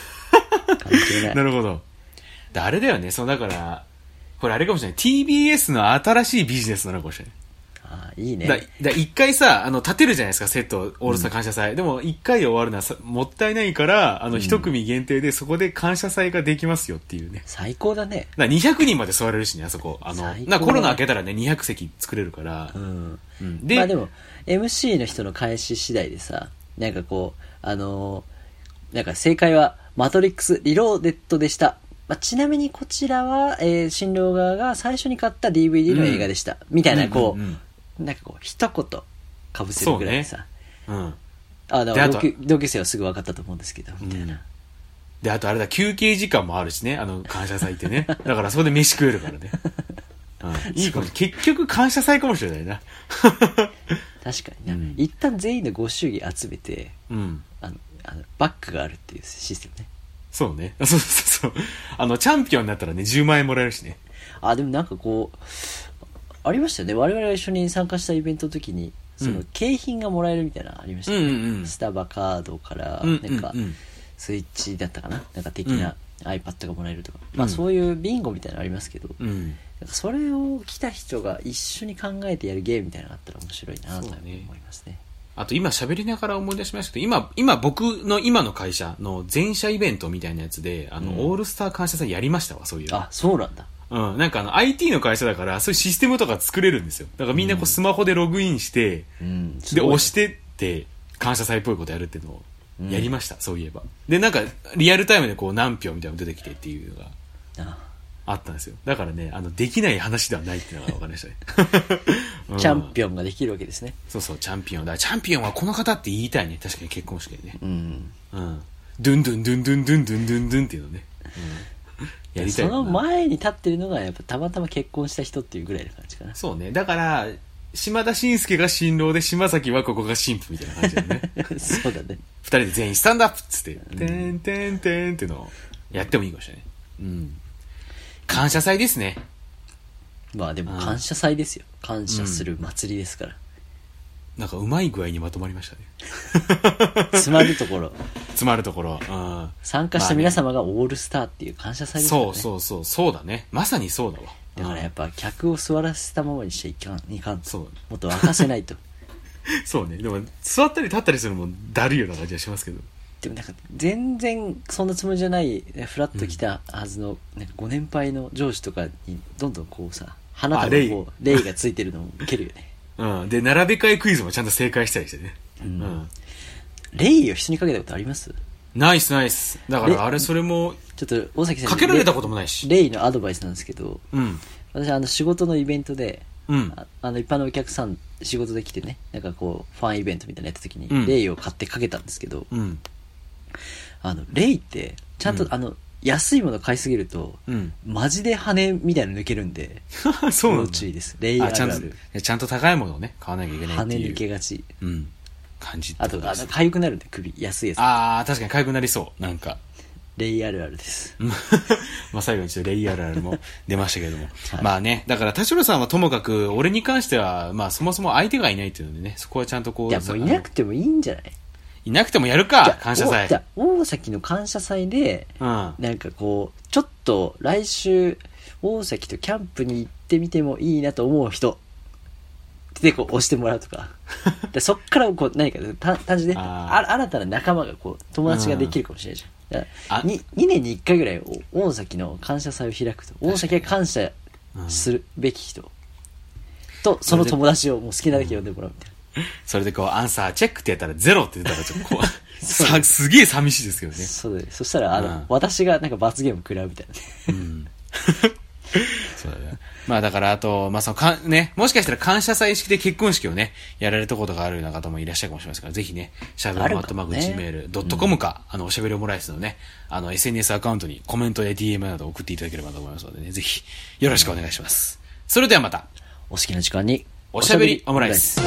Speaker 3: 関係ない
Speaker 2: [laughs] なるほど。であれだよね、そのだから、これあれかもしれない。TBS の新しいビジネスなのかもしれない。
Speaker 3: あーいいね
Speaker 2: だだ一回さ、あの、立てるじゃないですか、セット、オールスター感謝祭。でも、一回で終わるのはさもったいないから、あの、一組限定でそこで感謝祭ができますよっていうね。
Speaker 3: 最高だね
Speaker 2: だ200人まで座れるしね、あそこ。あの、
Speaker 3: 最高
Speaker 2: なコロナ明けたらね、200席作れるから
Speaker 3: う。ん
Speaker 2: うん
Speaker 3: で,、
Speaker 2: で、
Speaker 3: まあ、でも MC の人の返し次第でさなんかこうあのーなんか正解は「マトリックスリローデッド」でした、まあ、ちなみにこちらは、えー新郎側が最初に買った DVD の映画でした、みたいなこう,、
Speaker 2: うんうん
Speaker 3: なんかこう一言かぶせるぐらいでさ、
Speaker 2: うん。
Speaker 3: あだから
Speaker 2: であと
Speaker 3: 同級同級生はすぐ分かったと思うんですけどみたいな、
Speaker 2: で、あとあれだ、休憩時間もあるしね、あの、感謝祭ってね。だからそこで飯食えるからね。うん、いいかも結局感謝祭かもしれないな。
Speaker 3: 確かにな、
Speaker 2: うん
Speaker 3: 一旦全員のご祝儀集めて
Speaker 2: うん。
Speaker 3: あのあのバッグがあるっていうシステムね
Speaker 2: そうね。 [laughs] そうそうそう。あの、チャンピオンになったらね、10万円もらえるしね。
Speaker 3: あでもなんかこうありましたよね我々が一緒に参加したイベントの時にその
Speaker 2: うん
Speaker 3: 景品がもらえるみたいなのありましたよね、
Speaker 2: うんうんうん
Speaker 3: スタバカードから
Speaker 2: うん
Speaker 3: なんか
Speaker 2: うんうん
Speaker 3: スイッチだったかななんか的
Speaker 2: う
Speaker 3: な iPad がもらえるとか、ま
Speaker 2: う
Speaker 3: あ
Speaker 2: ん
Speaker 3: そういうビンゴみたいなのありますけど、
Speaker 2: う
Speaker 3: なん
Speaker 2: ん。
Speaker 3: かそれを来た人が一緒に考えてやるゲームみたいなのがあったら面白いなと
Speaker 2: そうだね
Speaker 3: 思いますね
Speaker 2: あと今喋りながら思い出しましたけど、今、今僕の今の会社の全社イベントみたいなやつで、あの、
Speaker 3: うん
Speaker 2: オールスター感謝祭やりましたわ、そういう。
Speaker 3: あそうなんだ
Speaker 2: うん。なんかあの、IT の会社だから、そういうシステムとか作れるんですよ。だからみんなこうスマホでログインして、
Speaker 3: うん
Speaker 2: で、押しててって、感謝祭っぽいことやるっていうのを
Speaker 3: うん
Speaker 2: やりました、そういえば。で、なんか、リアルタイムでこう何票みたいなの出てきてっていうのが
Speaker 3: あ
Speaker 2: あったんですよ。だからね、あの、できない話ではないっていうのが分かりましたね。
Speaker 3: [laughs]
Speaker 2: うん
Speaker 3: チャンピオンができるわけですね
Speaker 2: そうそう、チャンピオンだ。チャンピオンはこの方って言いたいね。確かに結婚式でね。
Speaker 3: うん
Speaker 2: うん。ドゥンドゥンドゥンドゥンドゥンドゥンドゥンドゥンっていうのね。うん。やりたい
Speaker 3: そ
Speaker 2: よな
Speaker 3: の前に立ってるのがやっぱたまたま結婚した人っていうぐらいの感じかな
Speaker 2: そうね。だから、島田紳介が新郎で、島崎はここが新婦みたいな感じだよね。 [laughs]
Speaker 3: そうだね
Speaker 2: 二人で全員スタンドアップっつって、てんてんてんっていうのをやってもいいかもしれない。うん。感謝祭ですね。
Speaker 3: まあでも
Speaker 2: うん
Speaker 3: 感謝祭ですよ感謝する祭りですから、
Speaker 2: なんかうまい具合にまとまりましたね。
Speaker 3: 詰まるところ
Speaker 2: 詰まるところ。うん。
Speaker 3: 参加した皆様がオールスターっていう感謝祭ですからね
Speaker 2: そうそうそう、そうだね。まさにそうだわ。
Speaker 3: だからやっぱ客を座らせたままにしちゃいかんいかんと
Speaker 2: そう
Speaker 3: もっと沸かせないと
Speaker 2: そうね。でも、座ったり立ったりするのもだるいような感じがしますけど。
Speaker 3: でもなんか全然そんなつもりじゃないフラッと来たはずの、なんかご年配の上司とかにどんどんこうさ花
Speaker 2: あ
Speaker 3: 束
Speaker 2: レ
Speaker 3: に
Speaker 2: イ
Speaker 3: こうレイがついてるのを受けるよね [laughs]
Speaker 2: うん。で、並べ替えクイズもちゃんと正解したりしてね。
Speaker 3: うん
Speaker 2: うん
Speaker 3: レイを人にかけたことあります
Speaker 2: ナイスナイス。だからあれそれも、
Speaker 3: ちょっと大崎さんに
Speaker 2: かけられたこともないし。
Speaker 3: レイのアドバイスなんですけど
Speaker 2: うん。
Speaker 3: 私あの仕事のイベントで
Speaker 2: うん。
Speaker 3: ああの一般のお客さん仕事で来てねなんかこうファンイベントみたいなのやった時に、
Speaker 2: うん
Speaker 3: レイを買ってかけたんですけど
Speaker 2: うん。
Speaker 3: あのレイってちゃんと、
Speaker 2: うん
Speaker 3: あの安いもの買いすぎると、
Speaker 2: うん。
Speaker 3: マジで羽みたいなの抜けるんで
Speaker 2: [laughs] そうなん
Speaker 3: 要
Speaker 2: だ
Speaker 3: 注意ですレイあ
Speaker 2: あちゃ
Speaker 3: る
Speaker 2: ん
Speaker 3: あ
Speaker 2: と
Speaker 3: る
Speaker 2: え、ちゃんと高いものをね、買わなきゃいけない
Speaker 3: 羽
Speaker 2: っていう。
Speaker 3: 抜けがち
Speaker 2: うん。感じって
Speaker 3: あ
Speaker 2: ことで
Speaker 3: あ
Speaker 2: す
Speaker 3: の痒くなるんで首安いやつ
Speaker 2: あー、確かにかゆくなりそう。なんか。
Speaker 3: レイあるあるです
Speaker 2: うん [laughs] まあ最後にちょっとレイヤーあるも出ましたけれども。
Speaker 3: はい
Speaker 2: まあね、だから田代さんはともかく、俺に関しては、まあそもそも相手がいないっていうのでね、そこはちゃんとこう、
Speaker 3: いやもういなくてもいいんじゃない
Speaker 2: いなくてもやるか感謝
Speaker 3: じゃ
Speaker 2: 祭
Speaker 3: あ。おじゃあ大崎の感謝祭で
Speaker 2: うん。
Speaker 3: なんかこうちょっと来週大崎とキャンプに行ってみてもいいなと思う人でこう押してもらうと
Speaker 2: [laughs]
Speaker 3: かでそっからこう何かた単純にね
Speaker 2: あー
Speaker 3: あ新たな仲間がこう友達ができるかもしれないじゃん、だから
Speaker 2: あ
Speaker 3: に 2, 年に1回ぐらいお大崎の感謝祭を開くと大崎が感謝するべき人とその友達をもう好きなだけ呼んでもらうみたいな
Speaker 2: それでこう、アンサーチェックってやったらゼロって出たらちょっとこ [laughs] う、
Speaker 3: そう
Speaker 2: さすげえ寂しいですけどね。
Speaker 3: そうだねそしたらあの、
Speaker 2: うん
Speaker 3: 私がなんか罰ゲーム食らうみたいなね
Speaker 2: うん。そうだね。まあだからあと、まあそのかん、ね、もしかしたら感謝祭式で結婚式をね、やられたことがあるような方もいらっしゃるかもしれませんから、ぜひね、シャブ
Speaker 3: ある
Speaker 2: マ
Speaker 3: か
Speaker 2: ットマ
Speaker 3: も
Speaker 2: グ
Speaker 3: ね
Speaker 2: Gmail.com か、あの、おしゃべりオムライスのね、あの、SNS アカウントにコメントや DM など送っていただければと思いますのでね、ぜひ、よろしくお願いします。それではまた、
Speaker 3: お好きな時間に
Speaker 2: おしゃべりオムライス。